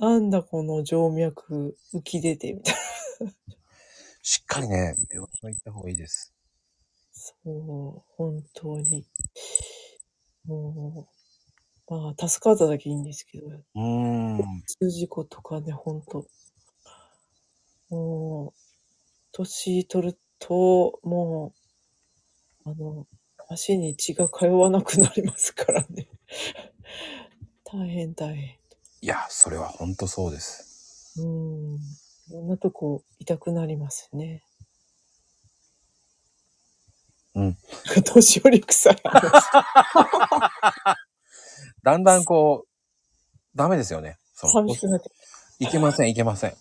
[SPEAKER 1] 当に。
[SPEAKER 2] なんだこの静脈浮き出てみたいな。
[SPEAKER 1] しっかりね、病院行った方がいいです。
[SPEAKER 2] そう、本当に。もう、まあ、助かっただけいいんですけど、
[SPEAKER 1] うーん。
[SPEAKER 2] 通事故とかね、ほんと。もう、年取ると、もう、あの、足に血が通わなくなりますからね。大変大変。
[SPEAKER 1] いや、それは本当そうです。
[SPEAKER 2] うん。いろんなとこ痛くなりますね。
[SPEAKER 1] うん。
[SPEAKER 2] 年寄り臭い話。
[SPEAKER 1] だんだんこう、ダメですよね。その
[SPEAKER 2] 寂しくなって。
[SPEAKER 1] いけません、いけません。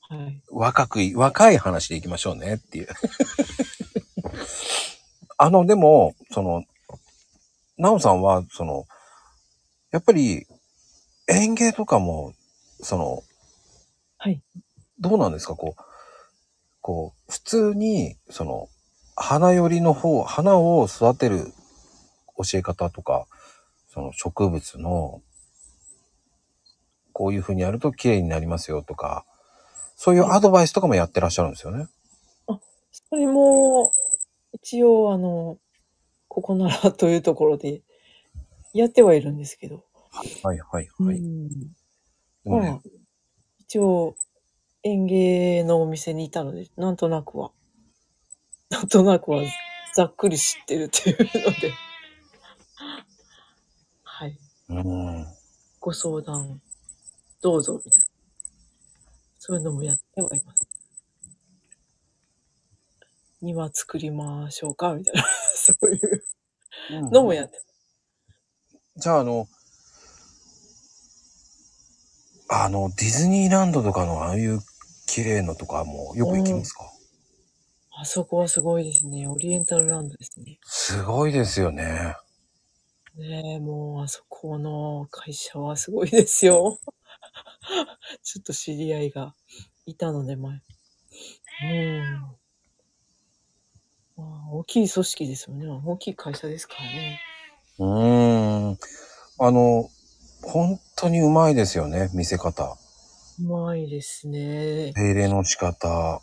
[SPEAKER 2] はい。
[SPEAKER 1] 若くい、若い話でいきましょうねっていう。 あの、でも、その、なおさんは、その、やっぱり、園芸とかも、その、
[SPEAKER 2] はい。
[SPEAKER 1] どうなんですかこう、こう、普通に、その、花寄りの方、花を育てる教え方とか、その植物の、こういう風にやると綺麗になりますよとか、そういうアドバイスとかもやってらっしゃるんですよね。
[SPEAKER 2] それも、一応、あの、ここならというところで、やってはいるんですけど。
[SPEAKER 1] はいはいはい。
[SPEAKER 2] う
[SPEAKER 1] で
[SPEAKER 2] ん
[SPEAKER 1] も
[SPEAKER 2] まあ
[SPEAKER 1] ね、
[SPEAKER 2] 一応、園芸のお店にいたので、なんとなくは、なんとなくは、ざっくり知ってるっていうの で、はい。
[SPEAKER 1] うん。
[SPEAKER 2] ご相談、どうぞ、みたいな。そういうのもやってはいます。庭作りましょうか、みたいな。 そういうのもやって
[SPEAKER 1] じゃああの、あの、ディズニーランドとかのああいう綺麗のとかもよく行きますか、
[SPEAKER 2] あそこはすごいですね。オリエンタルランドですね。
[SPEAKER 1] すごいですよね。
[SPEAKER 2] ねえ、もうあそこの会社はすごいですよ。 ちょっと知り合いがいたので、前。うん。まあ、大きい組織ですよね。大きい会社ですからね。
[SPEAKER 1] うーん。あの、本当にうまいですよね、見せ方。
[SPEAKER 2] うまいですね。
[SPEAKER 1] 手入れの仕方。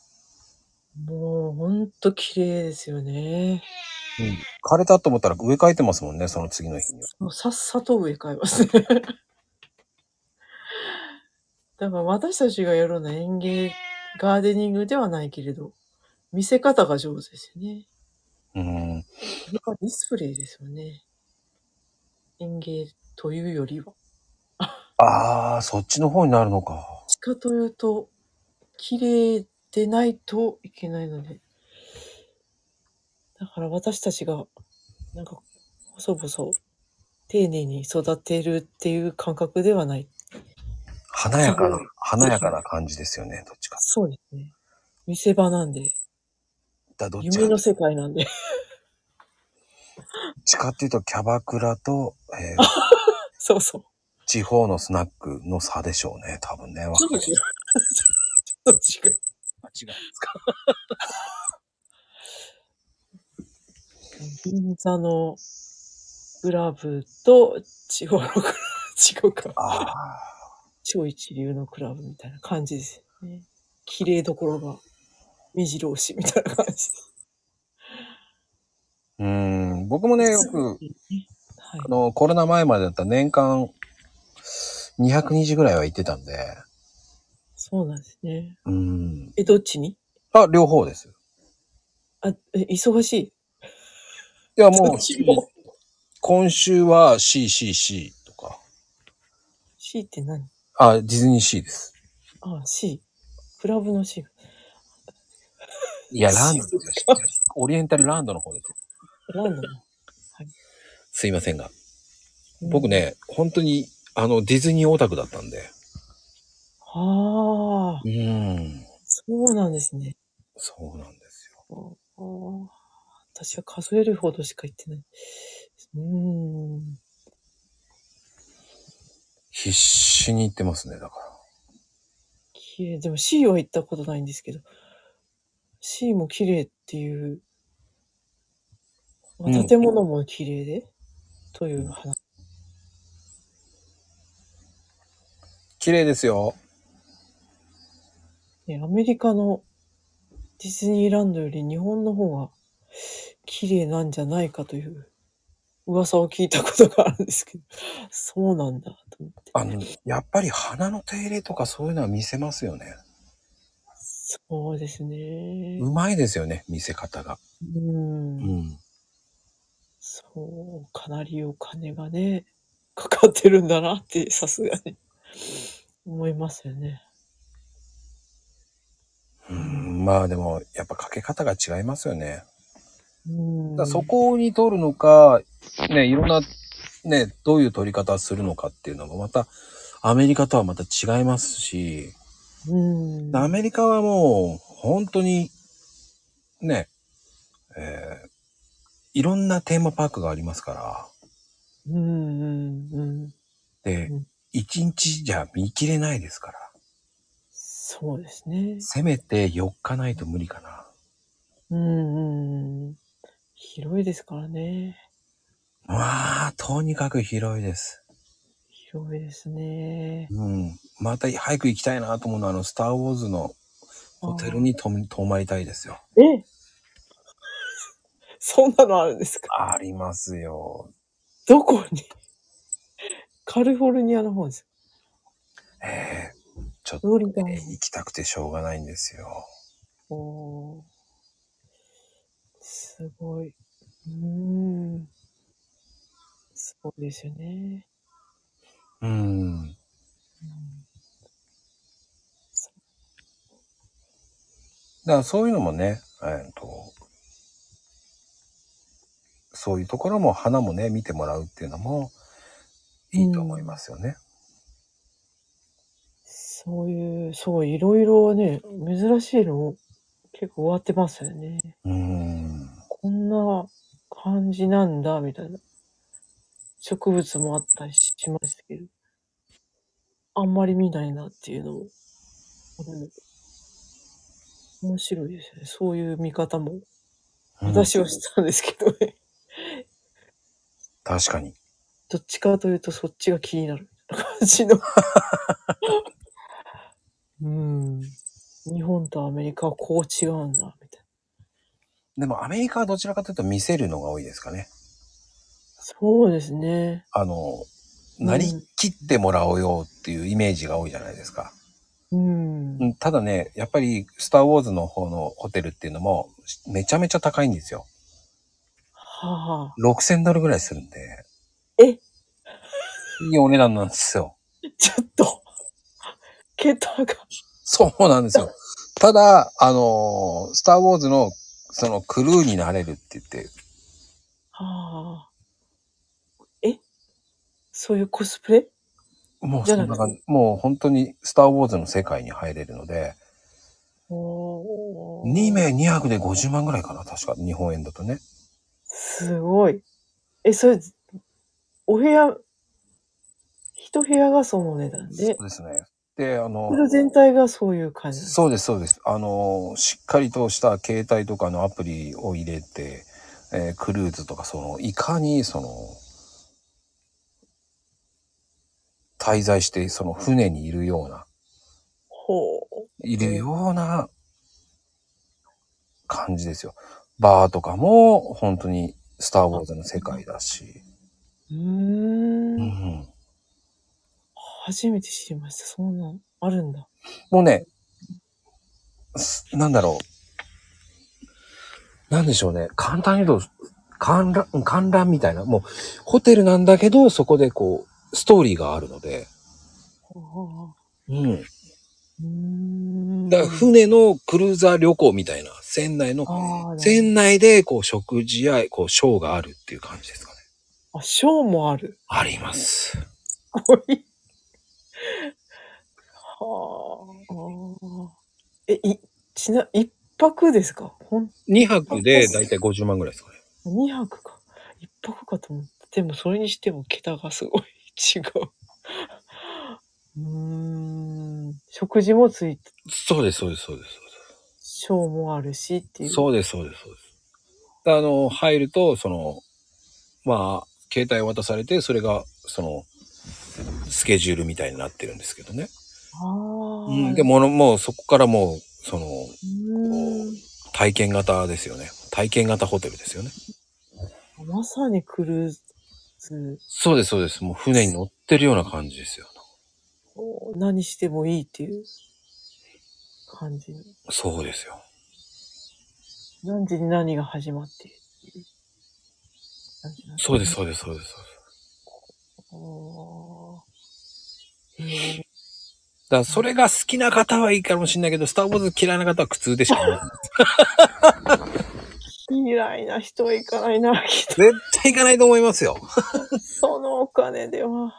[SPEAKER 2] もう、ほんと綺麗ですよね。
[SPEAKER 1] 枯れたと思ったら植え替えてますもんね、その次の日には。
[SPEAKER 2] もうさっさと植え替えますね。 だから私たちがやるような園芸、ガーデニングではないけれど、見せ方が上手ですよね。
[SPEAKER 1] うん。
[SPEAKER 2] それがディスプレイですよね。園芸というよりは。
[SPEAKER 1] ああ、そっちの方になるのか。
[SPEAKER 2] 地下というと、綺麗でないといけないので。だから私たちが、なんか、細々、丁寧に育てるっていう感覚ではない。
[SPEAKER 1] 華やかな
[SPEAKER 2] すごい、
[SPEAKER 1] 華やかな感じですよね、どっちか。
[SPEAKER 2] そうですね。見せ場なんで、
[SPEAKER 1] だどっちか
[SPEAKER 2] 夢の世界なんで。
[SPEAKER 1] どっちかっていうと、キャバクラと、えー
[SPEAKER 2] そうそう。
[SPEAKER 1] 地方のスナックの差でしょうね、多分ね。わ
[SPEAKER 2] ちょっと違う。ちょっと違う。
[SPEAKER 1] 違
[SPEAKER 2] 銀座のグラブと地方のクラブ、地方か。
[SPEAKER 1] ああ、
[SPEAKER 2] 超一流のクラブみたいな感じですよね。綺麗どころが目白押しみたいな感じ。
[SPEAKER 1] うーん、僕もね、よく、
[SPEAKER 2] はい
[SPEAKER 1] あ。の、コロナ前までだったら年間220ぐらいは行ってたんで、
[SPEAKER 2] そうなんですね。
[SPEAKER 1] うーん。
[SPEAKER 2] え、どっちに
[SPEAKER 1] あ、両方です。
[SPEAKER 2] あ、え、忙しい。
[SPEAKER 1] いや、も
[SPEAKER 2] ど
[SPEAKER 1] う
[SPEAKER 2] っ、ちも
[SPEAKER 1] 今週は CCC とか、
[SPEAKER 2] C って何
[SPEAKER 1] あ、ディズニーシーです。
[SPEAKER 2] あ、C。クラブの C。
[SPEAKER 1] いや、ランドです よ。オリエンタルランドの方ですよ。
[SPEAKER 2] ランドの。
[SPEAKER 1] すいませんが。
[SPEAKER 2] うん
[SPEAKER 1] 僕。ね、本当に、あの、ディズニーオタクだったんで。
[SPEAKER 2] はあ、
[SPEAKER 1] うーん。
[SPEAKER 2] そうなんですね。
[SPEAKER 1] そうなんですよ。
[SPEAKER 2] あー私は数えるほどしか行ってない。うーん。
[SPEAKER 1] 必死に行ってますね、だから。
[SPEAKER 2] 綺麗。でも C は行ったことないんですけど、C も綺麗っていう、まあ
[SPEAKER 1] うん
[SPEAKER 2] 建物も綺麗で、という話。
[SPEAKER 1] 綺麗ですよ。
[SPEAKER 2] ねアメリカのディズニーランドより日本の方が綺麗なんじゃないかという噂を聞いたことがあるんですけど、そうなんだと思って。
[SPEAKER 1] あの、やっぱり花の手入れとかそういうのは見せますよね。
[SPEAKER 2] そうですね。
[SPEAKER 1] うまいですよね、見せ方が。
[SPEAKER 2] うん。
[SPEAKER 1] うん。
[SPEAKER 2] そう、かなりお金がね、かかってるんだなって、さすがに思いますよね。
[SPEAKER 1] うん、まあでも、やっぱかけ方が違いますよね。
[SPEAKER 2] うん。
[SPEAKER 1] だからそこに取るのか、ね、いろんな、ね、どういう取り方をするのかっていうのもまた、アメリカとはまた違いますし、
[SPEAKER 2] うん。
[SPEAKER 1] アメリカはもう、本当に、ね、えーいろんなテーマパークがありますから、
[SPEAKER 2] うんうんうん。
[SPEAKER 1] で
[SPEAKER 2] うん、
[SPEAKER 1] 1日じゃ見切れないですから、
[SPEAKER 2] そうですね。
[SPEAKER 1] せめて4日ないと無理かな。
[SPEAKER 2] うんうん。広いですからね。
[SPEAKER 1] まあ、とにかく広いです。
[SPEAKER 2] 広いですね。
[SPEAKER 1] うん。また早く行きたいなと思うのは、あの、スター・ウォーズのホテルに泊み泊まりたいですよ。
[SPEAKER 2] あ。え そんなのあるんですか
[SPEAKER 1] ありますよ。
[SPEAKER 2] どこに カリフォルニアの方です。
[SPEAKER 1] えーちょっと、
[SPEAKER 2] フロリダ
[SPEAKER 1] ね、行きたくてしょうがないんですよ。
[SPEAKER 2] おーすごい。うーん。すごいですよね。
[SPEAKER 1] うん。
[SPEAKER 2] うん
[SPEAKER 1] だからそういうのもね、えーっと、そういうところも花もね、見てもらうっていうのもいいと思いますよね。
[SPEAKER 2] そういう、そう、いろいろね、珍しいの結構終わってますよね。
[SPEAKER 1] うん。
[SPEAKER 2] こんな感じなんだ、みたいな。植物もあったりしますけど。あんまり見ないなっていうのも。うん面白いですね。そういう見方も私はしたんですけどね。
[SPEAKER 1] 確かに。
[SPEAKER 2] どっちかというとそっちが気になる みたいな感じの。うん。日本とアメリカはこう違うんだ、みたいな。
[SPEAKER 1] でもアメリカはどちらかというと見せるのが多いですかね。
[SPEAKER 2] そうですね。
[SPEAKER 1] あの、なりきってもらおうよっていうイメージが多いじゃないですか。
[SPEAKER 2] うん。
[SPEAKER 1] うんただね、やっぱりスター・ウォーズの方のホテルっていうのもめちゃめちゃ高いんですよ。
[SPEAKER 2] はあ。
[SPEAKER 1] 6000ドルぐらいするんで。
[SPEAKER 2] え
[SPEAKER 1] いいお値段なんですよ。
[SPEAKER 2] ちょっと、桁が。
[SPEAKER 1] そうなんですよ。ただ、あのースター・ウォーズのそのクルーになれるって言って、
[SPEAKER 2] はあ。えそういうコスプレ
[SPEAKER 1] もう
[SPEAKER 2] じ
[SPEAKER 1] そ
[SPEAKER 2] ゃ
[SPEAKER 1] んな
[SPEAKER 2] なくて
[SPEAKER 1] 感じもう本当にスター・ウォーズの世界に入れるので、
[SPEAKER 2] おー
[SPEAKER 1] 2名2泊で50万ぐらいかな、確か。日本円だとね。
[SPEAKER 2] すごい。え、それ、お部屋、一部屋がその値段
[SPEAKER 1] そう
[SPEAKER 2] で、
[SPEAKER 1] ですね。で、あの
[SPEAKER 2] お、風呂全体がそういう感じなんです。
[SPEAKER 1] そうです、そうです。あの、しっかりとした携帯とかのアプリを入れて、えークルーズとか、その、いかに、その、滞在して、その船にいるような、
[SPEAKER 2] ほう。
[SPEAKER 1] いるような感じですよ。バーとかも、本当に、スター・ウォーズの世界だし。
[SPEAKER 2] うー。
[SPEAKER 1] うんん。
[SPEAKER 2] 初めて知りました。そんなん、あるんだ。
[SPEAKER 1] もうね、すなんだろう。なんでしょうね。簡単に言うと、観覧、観覧みたいな。もう、ホテルなんだけど、そこでこう、ストーリーがあるので。
[SPEAKER 2] はあ
[SPEAKER 1] うん。
[SPEAKER 2] うーん。
[SPEAKER 1] だから船のクルーザー旅行みたいな、船内の、
[SPEAKER 2] あー
[SPEAKER 1] 船内でこう、食事や、こう、ショーがあるっていう感じですかね。
[SPEAKER 2] あ、ショーもある。
[SPEAKER 1] あります。
[SPEAKER 2] ごい。はあ。え、い、ちな、一泊ですかほん、
[SPEAKER 1] 2泊でだいたい50万ぐらいですかね。
[SPEAKER 2] 二泊か。一泊かと思って。でも、それにしても桁がすごい違う。うーん。食事もついて、
[SPEAKER 1] そうです、そうです、そうです。そうです
[SPEAKER 2] ショーもあるしっていう。
[SPEAKER 1] そうです、そうです、そうです。あの、入ると、その、まあ、携帯を渡されて、それが、その、スケジュールみたいになってるんですけどね。
[SPEAKER 2] ああ。
[SPEAKER 1] うん、で、も、もうそこからもう、その、
[SPEAKER 2] うん。
[SPEAKER 1] 体験型ですよね。体験型ホテルですよね。
[SPEAKER 2] まさにクルーズ。
[SPEAKER 1] そうです、そうです。もう船に乗ってるような感じですよ。
[SPEAKER 2] を何してもいいっていう感じ。
[SPEAKER 1] そうですよ。
[SPEAKER 2] 何時に何が始まってっていう感じなん
[SPEAKER 1] そうです、。そうです、そうです。そうです
[SPEAKER 2] おーえ
[SPEAKER 1] だから、それが好きな方はいいかもしれないけど、スターウォーズ嫌いな方は苦痛でしかない。
[SPEAKER 2] ー嫌いな人は行かないな、きっと
[SPEAKER 1] 絶対行かないと思いますよ。
[SPEAKER 2] そのお金では。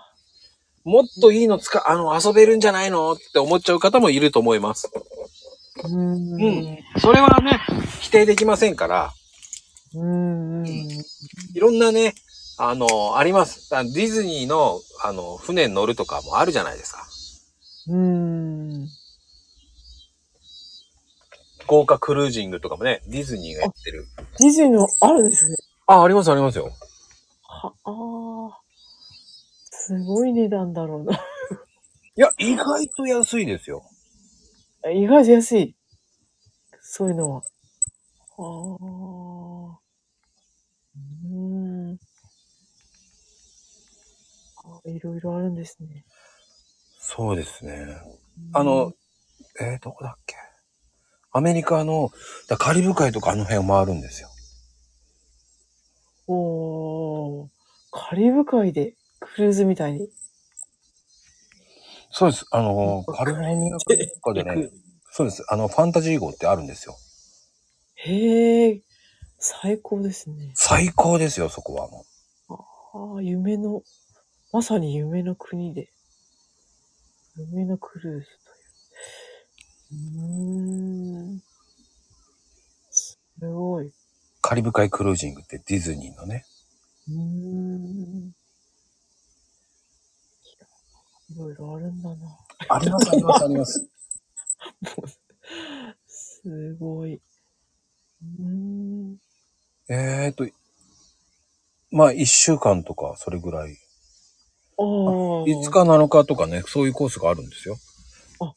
[SPEAKER 1] もっといいの使う、あの、遊べるんじゃないのって思っちゃう方もいると思います。
[SPEAKER 2] うーん。
[SPEAKER 1] それはね、否定できませんから、
[SPEAKER 2] うん。うん。
[SPEAKER 1] いろんなね、あの、あります。あディズニーの、あの、船に乗るとかもあるじゃないですか。
[SPEAKER 2] うん。
[SPEAKER 1] 豪華クルージングとかもね、ディズニーがやってる。
[SPEAKER 2] ディズニーのあるんですね。
[SPEAKER 1] あ、あります、ありますよ。
[SPEAKER 2] は、ああ。すごい値段だろうな。
[SPEAKER 1] いや、意外と安いですよ。
[SPEAKER 2] 意外と安い。そういうのは。ああ。うーん。あいろいろあるんですね。
[SPEAKER 1] そうですね。あの、えー、どこだっけアメリカの、だカリブ海とかあの辺を回るんですよ。
[SPEAKER 2] うん、おーカリブ海でクルーズみたいに。
[SPEAKER 1] そうです。あの、カリフォルニアとか で
[SPEAKER 2] 行
[SPEAKER 1] ね
[SPEAKER 2] く、
[SPEAKER 1] そうです。あの、ファンタジー号ってあるんですよ。
[SPEAKER 2] へえ、最高ですね。
[SPEAKER 1] 最高ですよ、そこはもう。
[SPEAKER 2] ああ、夢の、まさに夢の国で。夢のクルーズという。うーん。すごい。
[SPEAKER 1] カリブ海クルージングってディズニーのね。
[SPEAKER 2] うーん。いろいろあるんだな。
[SPEAKER 1] あります、あります、あります。
[SPEAKER 2] すごい。うーん。
[SPEAKER 1] えーと、まあ、一週間とか、それぐらい。
[SPEAKER 2] ああ。
[SPEAKER 1] 5日、7日とかね、そういうコースがあるんですよ。
[SPEAKER 2] あ、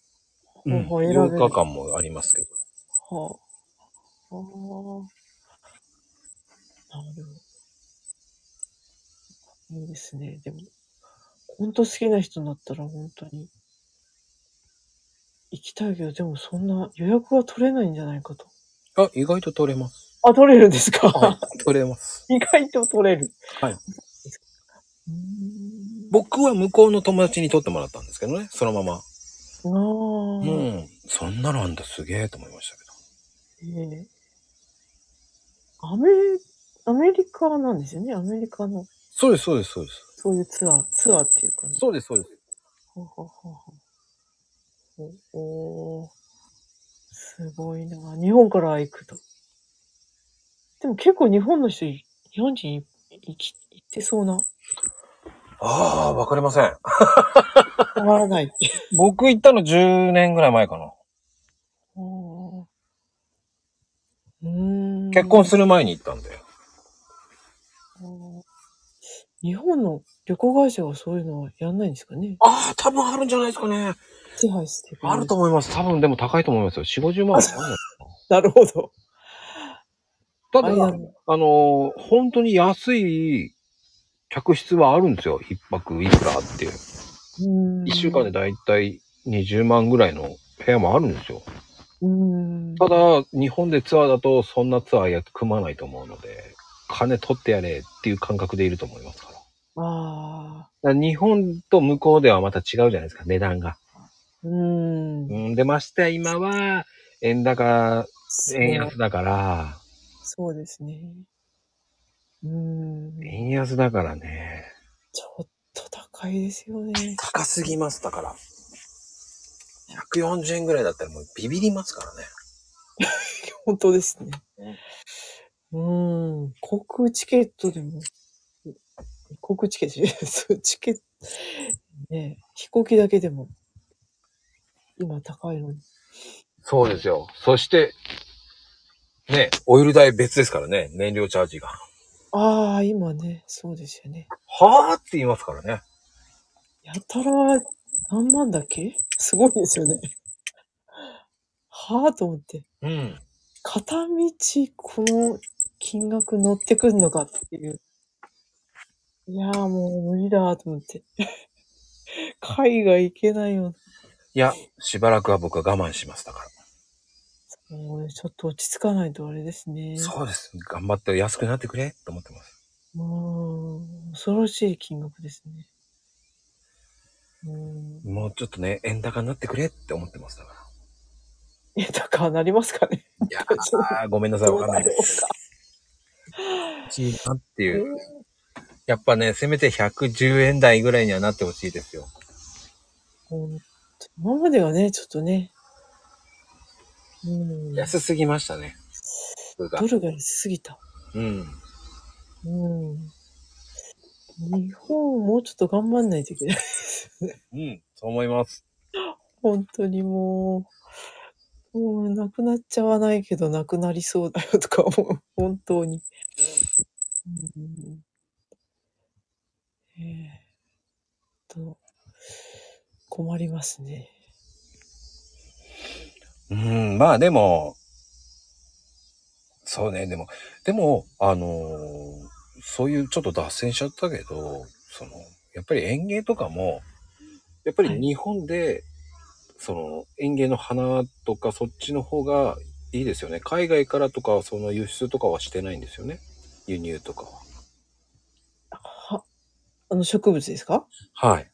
[SPEAKER 1] う
[SPEAKER 2] ほ
[SPEAKER 1] ん、
[SPEAKER 2] ほ選べる
[SPEAKER 1] 8日間もありますけど。
[SPEAKER 2] はあ。ああ。なるほど。いいですね。でも、本当好きな人になったら本当に行きたいけど、でもそんな予約は取れないんじゃないかと。
[SPEAKER 1] あ、意外と取れます。
[SPEAKER 2] あ、取れるんですか、
[SPEAKER 1] 取れます。
[SPEAKER 2] 意外と取れる。
[SPEAKER 1] はいう
[SPEAKER 2] ーん。
[SPEAKER 1] 僕は向こうの友達に取ってもらったんですけどね、そのまま。
[SPEAKER 2] ああ。
[SPEAKER 1] うん。そんなのあんだ、すげえと思いましたけど。
[SPEAKER 2] ええアメ、アメリカなんですよね。アメリカの、
[SPEAKER 1] そうです、そうです、そうです。
[SPEAKER 2] そういうツアー、ツアーっていうかね。
[SPEAKER 1] そうです、そうです。
[SPEAKER 2] ほうほうほうほうおおーすごいな。日本から行くと。でも結構日本の人い、日本人い行き行ってそうな。
[SPEAKER 1] ああ、わかりません。
[SPEAKER 2] わからない。
[SPEAKER 1] 僕行ったの10年ぐらい前かな。
[SPEAKER 2] おーうーん
[SPEAKER 1] 結婚する前に行ったんで。
[SPEAKER 2] おー日本の旅行会社はそういうのはやんないんですかね
[SPEAKER 1] ああ、多分あるんじゃないですかね。
[SPEAKER 2] 手配してくれ
[SPEAKER 1] あると思います。多分でも高いと思いますよ。4、50万は あるの
[SPEAKER 2] なるほど。
[SPEAKER 1] ただ、
[SPEAKER 2] あれな
[SPEAKER 1] あ
[SPEAKER 2] んだ
[SPEAKER 1] のー本当に安い客室はあるんですよ。一泊いくらっていう。
[SPEAKER 2] うーん
[SPEAKER 1] 一週間で。だいたい20万ぐらいの部屋もあるんですよ。
[SPEAKER 2] うーん。
[SPEAKER 1] ただ、日本でツアーだとそんなツアーや組まないと思うので、金取ってやれっていう感覚でいると思いますから。だか
[SPEAKER 2] ああ。
[SPEAKER 1] ら日本と向こうではまた違うじゃないですか、値段が。
[SPEAKER 2] うーん。
[SPEAKER 1] うん、で、まして今は、円高、
[SPEAKER 2] そう
[SPEAKER 1] 円安だから、
[SPEAKER 2] そうですね。うーん。
[SPEAKER 1] 円安だからね。
[SPEAKER 2] ちょっと高いですよね。
[SPEAKER 1] 高すぎます、だから。140円ぐらいだったらもうビビりますからね。
[SPEAKER 2] 本当ですね。うーん。航空チケットでも、航空チケットじゃないそう、チケット、ねえ飛行機だけでも、今高いのに。
[SPEAKER 1] そうですよ。そして、ね、オイル代別ですからね、燃料チャージが。
[SPEAKER 2] ああ、今ね、そうですよね。
[SPEAKER 1] はぁって言いますからね。
[SPEAKER 2] やたら、何万だっけすごいですよね。はあと思って。
[SPEAKER 1] うん。
[SPEAKER 2] 片道この金額乗ってくんのかっていう。いやーもう無理だと思って。 海外行けないよ。
[SPEAKER 1] いや、しばらくは僕は我慢しますだから。
[SPEAKER 2] もうねちょっと落ち着かないとあれですね。
[SPEAKER 1] そうです。頑張って安くなってくれと思ってます。
[SPEAKER 2] もう、恐ろしい金額ですね。うん。
[SPEAKER 1] もうちょっとね、円高になってくれって思ってますだか
[SPEAKER 2] え、だからなりますかね。
[SPEAKER 1] ら。いや ー、ごめんなさい、わかんないです。いいなっていう。やっぱね、せめて110円台ぐらいにはなってほしいですよ。
[SPEAKER 2] ほんと今まではね、ちょっとね。うん。ド
[SPEAKER 1] 安すぎましたね。それが。
[SPEAKER 2] ルが安すぎた。
[SPEAKER 1] うん。
[SPEAKER 2] うん。日本もうちょっと頑張んないといけ ない。
[SPEAKER 1] うん、そう思います。
[SPEAKER 2] 本当にもう、もうなくなっちゃわないけど、なくなりそうだよとか思う。本当に。うん、えー、と、困りますね。
[SPEAKER 1] うん、まあでも、そうね、でも、でも、あのーそういうちょっと脱線しちゃったけど、その、やっぱり園芸とかも、やっぱ
[SPEAKER 2] は
[SPEAKER 1] り
[SPEAKER 2] い
[SPEAKER 1] 日本で、その園芸の花とかそっちの方がいいですよね。海外からとか、その輸出とかはしてないんですよね。輸入とかは。
[SPEAKER 2] は、あの植物ですか
[SPEAKER 1] はい。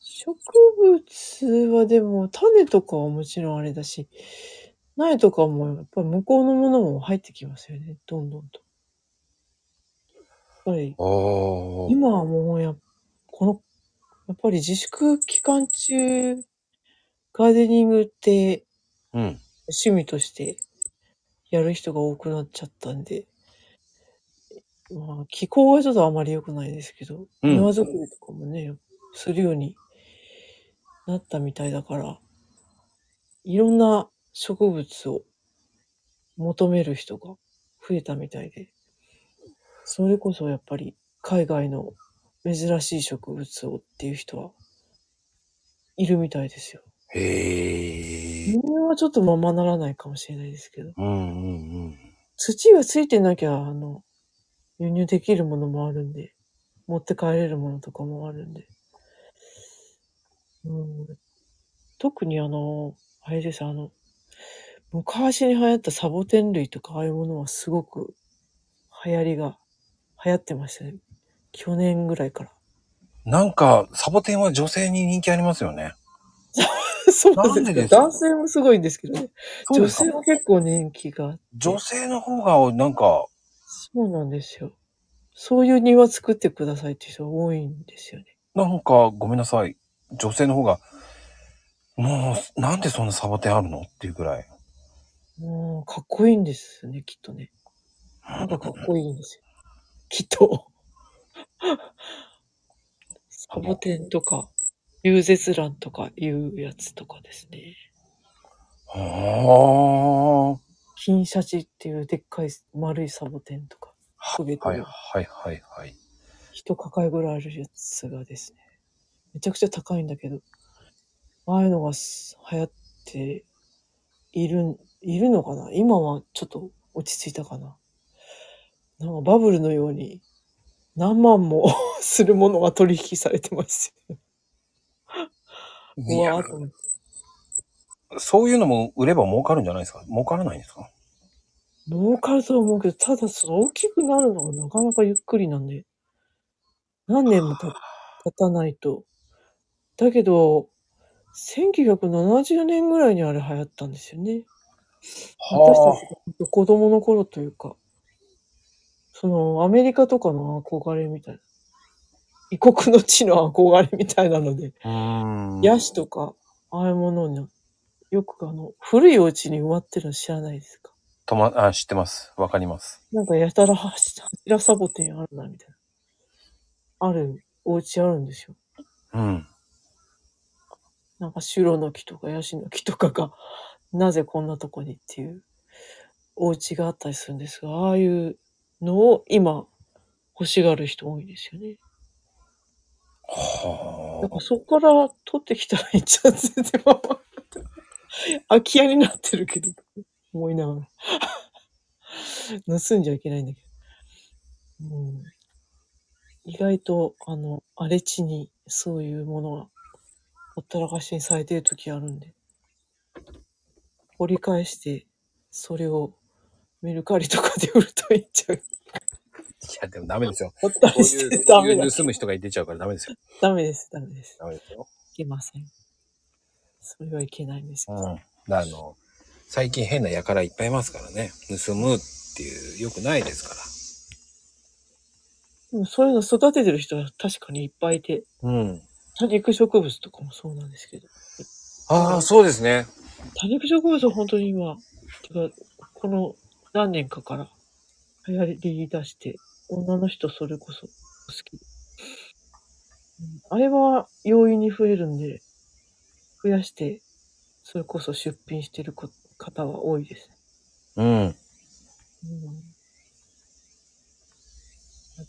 [SPEAKER 2] 植物はでも、種とかはもちろんあれだし、苗とかもやっぱり向こうのものも入ってきますよね。どんどんと。やっぱり
[SPEAKER 1] ああ。
[SPEAKER 2] 今はもうや、この、やっぱり自粛期間中、ガーデニングって
[SPEAKER 1] うん。
[SPEAKER 2] 趣味としてやる人が多くなっちゃったんで、まあ気候はちょっとあまり良くないですけど、
[SPEAKER 1] うん
[SPEAKER 2] 庭作りとかもね、するようになったみたいだから、いろんな植物を求める人が増えたみたいで、それこそやっぱり海外の珍しい植物をっていう人はいるみたいですよ。
[SPEAKER 1] へえ
[SPEAKER 2] 人。間はちょっとままならないかもしれないですけど、
[SPEAKER 1] うんうんうん。
[SPEAKER 2] 土がついてなきゃ、あの、輸入できるものもあるんで、持って帰れるものとかもあるんで。うん、特にあの、あれです、あの、昔に流行ったサボテン類とかああいうものはすごく流行りが、流行ってましたね。去年ぐらいから。
[SPEAKER 1] なんか、サボテンは女性に人気ありますよね。
[SPEAKER 2] そう
[SPEAKER 1] なんで
[SPEAKER 2] ね
[SPEAKER 1] ですか
[SPEAKER 2] 男性もすごいんですけどね。
[SPEAKER 1] そう
[SPEAKER 2] 女
[SPEAKER 1] ですか
[SPEAKER 2] 性も結構人気があって。
[SPEAKER 1] 女性の方が、なんか、
[SPEAKER 2] そうなんですよ。そういう庭作ってくださいって人が多いんですよね。
[SPEAKER 1] なんか、ごめんなさい。女性の方が、もう、なんでそんなサボテンあるのっていうぐらい。
[SPEAKER 2] もう、かっこいいんですね、きっとね。なんかかっこいいんですよ。き っと。サボテンとか、流絶蘭とかいうやつとかですね。
[SPEAKER 1] は
[SPEAKER 2] 金シャチっていうでっかい丸いサボテンとか、
[SPEAKER 1] あ。
[SPEAKER 2] 焦げて
[SPEAKER 1] はい
[SPEAKER 2] る
[SPEAKER 1] はいはいはい。
[SPEAKER 2] 一抱えぐらいあるやつがですね、めちゃくちゃ高いんだけど、ああいうのがす流行っているん、いるのかな今はちょっと落ち着いたかななんかバブルのように何万も するものが取引されてますよ。
[SPEAKER 1] いう
[SPEAKER 2] わ
[SPEAKER 1] や
[SPEAKER 2] ーと思って
[SPEAKER 1] そういうのも売れば儲かるんじゃないですか儲からないんですか
[SPEAKER 2] 儲かるとは思うけど、ただその大きくなるのがなかなかゆっくりなんで、何年もた経たないと。だけど、1970年ぐらいにあれ流行ったんですよね。私たちが子供の頃というか、そのアメリカとかの憧れみたいな、異国の地の憧れみたいなので、
[SPEAKER 1] あ。うーん。
[SPEAKER 2] ヤシとか、ああいうものに、よくあの、古いお家に埋まってるの知らないですか
[SPEAKER 1] とま、あ、知ってます。わかります。
[SPEAKER 2] なんかやたらはし柱サボテンあるな、みたいな。ある、お家あるんですよ。
[SPEAKER 1] うん。
[SPEAKER 2] なんかシュロの木とかヤシの木とかが、なぜこんなとこにっていうお家があったりするんですが、ああいうのを今、欲しがる人多いですよね。だ
[SPEAKER 1] は
[SPEAKER 2] からそこから取ってきたらいいじゃん、全然。 空き家になってるけど、思いながら。 盗んじゃいけないんだけど。うん、意外と、あの、荒れ地にそういうものがほったらかしにされてる時あるんで、掘り返して、それをメルカリとかで売るといいんちゃう。
[SPEAKER 1] あ。いや、でもダメですよ。
[SPEAKER 2] ほったら
[SPEAKER 1] こう
[SPEAKER 2] かし
[SPEAKER 1] い
[SPEAKER 2] て
[SPEAKER 1] う、
[SPEAKER 2] ダ
[SPEAKER 1] こう
[SPEAKER 2] メだ
[SPEAKER 1] いう。盗む人が出ちゃうからダメですよ。
[SPEAKER 2] ダメです、ダメです。
[SPEAKER 1] ダメですよ。
[SPEAKER 2] いけません。それはいけないんですけ
[SPEAKER 1] う
[SPEAKER 2] ど。
[SPEAKER 1] ん。あの、最近変な輩いっぱいいますからね。盗むっていう、良くないですから。
[SPEAKER 2] でもそういうの育ててる人は確かにいっぱいいて、
[SPEAKER 1] うん。
[SPEAKER 2] 多肉植物とかもそうなんですけど、
[SPEAKER 1] ああ、そうですね。
[SPEAKER 2] 多肉植物は本当に今、てかこの何年かから流行り出して、女の人それこそ好き。うんあれは容易に増えるんで、増やして、それこそ出品してるこ方は多いです。
[SPEAKER 1] うん。
[SPEAKER 2] うん、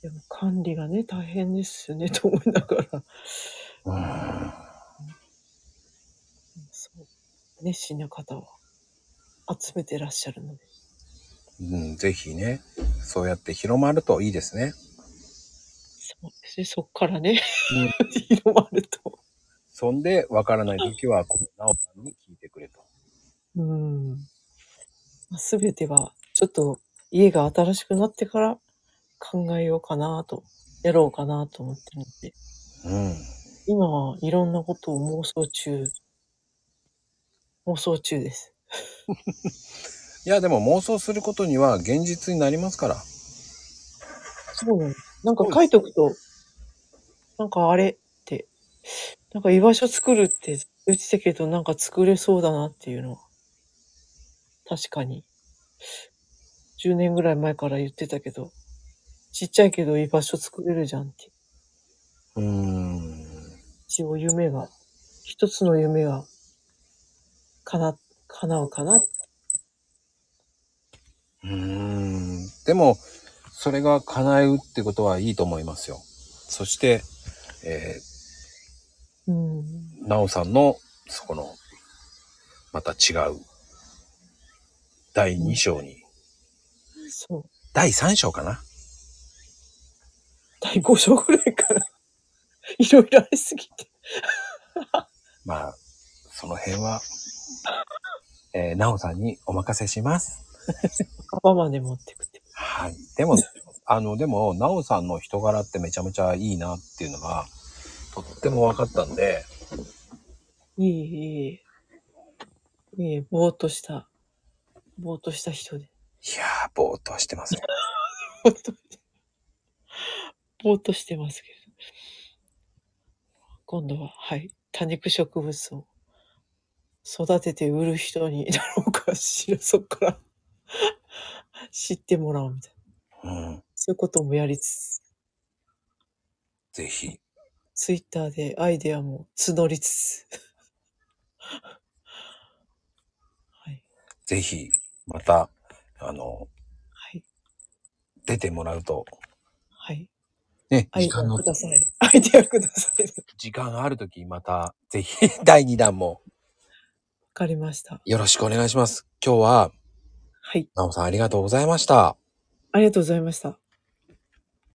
[SPEAKER 2] でも管理がね、大変ですよね、と思いながら。
[SPEAKER 1] うん
[SPEAKER 2] そう。熱心な方は集めてらっしゃるので。
[SPEAKER 1] うん、ぜひね、そうやって広まるといいですね。
[SPEAKER 2] そうですね。そっからね、
[SPEAKER 1] うん、
[SPEAKER 2] 広まると。
[SPEAKER 1] そんで、わからないときは、こう、なおさんに聞いてくれと。
[SPEAKER 2] うん。すべては、ちょっと家が新しくなってから考えようかなと、やろうかなと思ってるので、
[SPEAKER 1] うん。
[SPEAKER 2] 今はいろんなことを妄想中、妄想中です。
[SPEAKER 1] いや、でも妄想することには現実になりますから。
[SPEAKER 2] そうなんです。なんか書いとくと、なんかあれって、なんか居場所作るって言ってたけど、なんか作れそうだなっていうのは、確かに、10年ぐらい前から言ってたけど、ちっちゃいけど居場所作れるじゃんって。
[SPEAKER 1] うーん。
[SPEAKER 2] 一応夢が、一つの夢が、かな、叶うかな。
[SPEAKER 1] うーん。でも、それが叶うってことはいいと思いますよ。そして、え
[SPEAKER 2] うん。
[SPEAKER 1] ー、なおさんの、そこの、また違う、第2章に、
[SPEAKER 2] そう。
[SPEAKER 1] 第3章かな
[SPEAKER 2] 第5章ぐらいから、いろいろありすぎて。
[SPEAKER 1] まあ、その辺は、えー、なおさんにお任せします。
[SPEAKER 2] カバまで持ってくって。
[SPEAKER 1] はい。でも、あの、でも、なおさんの人柄ってめちゃめちゃいいなっていうのが、とっても分かったんで、
[SPEAKER 2] いえいえいえ。いえ、ぼーっとした、ぼーっとした人で。
[SPEAKER 1] い やー、ぼーっとはしてません。
[SPEAKER 2] ぼーっとしてぼーっとしてますけど。今度は、はい、多肉植物を育てて売る人になろうかしら、そっから知ってもらおうみたいな。
[SPEAKER 1] うん。
[SPEAKER 2] そういうこともやりつつ、
[SPEAKER 1] ぜひ。
[SPEAKER 2] ツイッターでアイデアも募りつつ。はい、
[SPEAKER 1] ぜひ、また、あの、
[SPEAKER 2] はい、
[SPEAKER 1] 出てもらうと、
[SPEAKER 2] はい。
[SPEAKER 1] ね、
[SPEAKER 2] アイ
[SPEAKER 1] 時
[SPEAKER 2] デア
[SPEAKER 1] 間の
[SPEAKER 2] く、ださい。アイデアください。わ
[SPEAKER 1] 時間があるとき、また、ぜひ、 第2弾も
[SPEAKER 2] かりました。
[SPEAKER 1] よろしくお願いします。今日は、
[SPEAKER 2] はい。
[SPEAKER 1] なおさんありがとうございました。
[SPEAKER 2] ありがとうございました。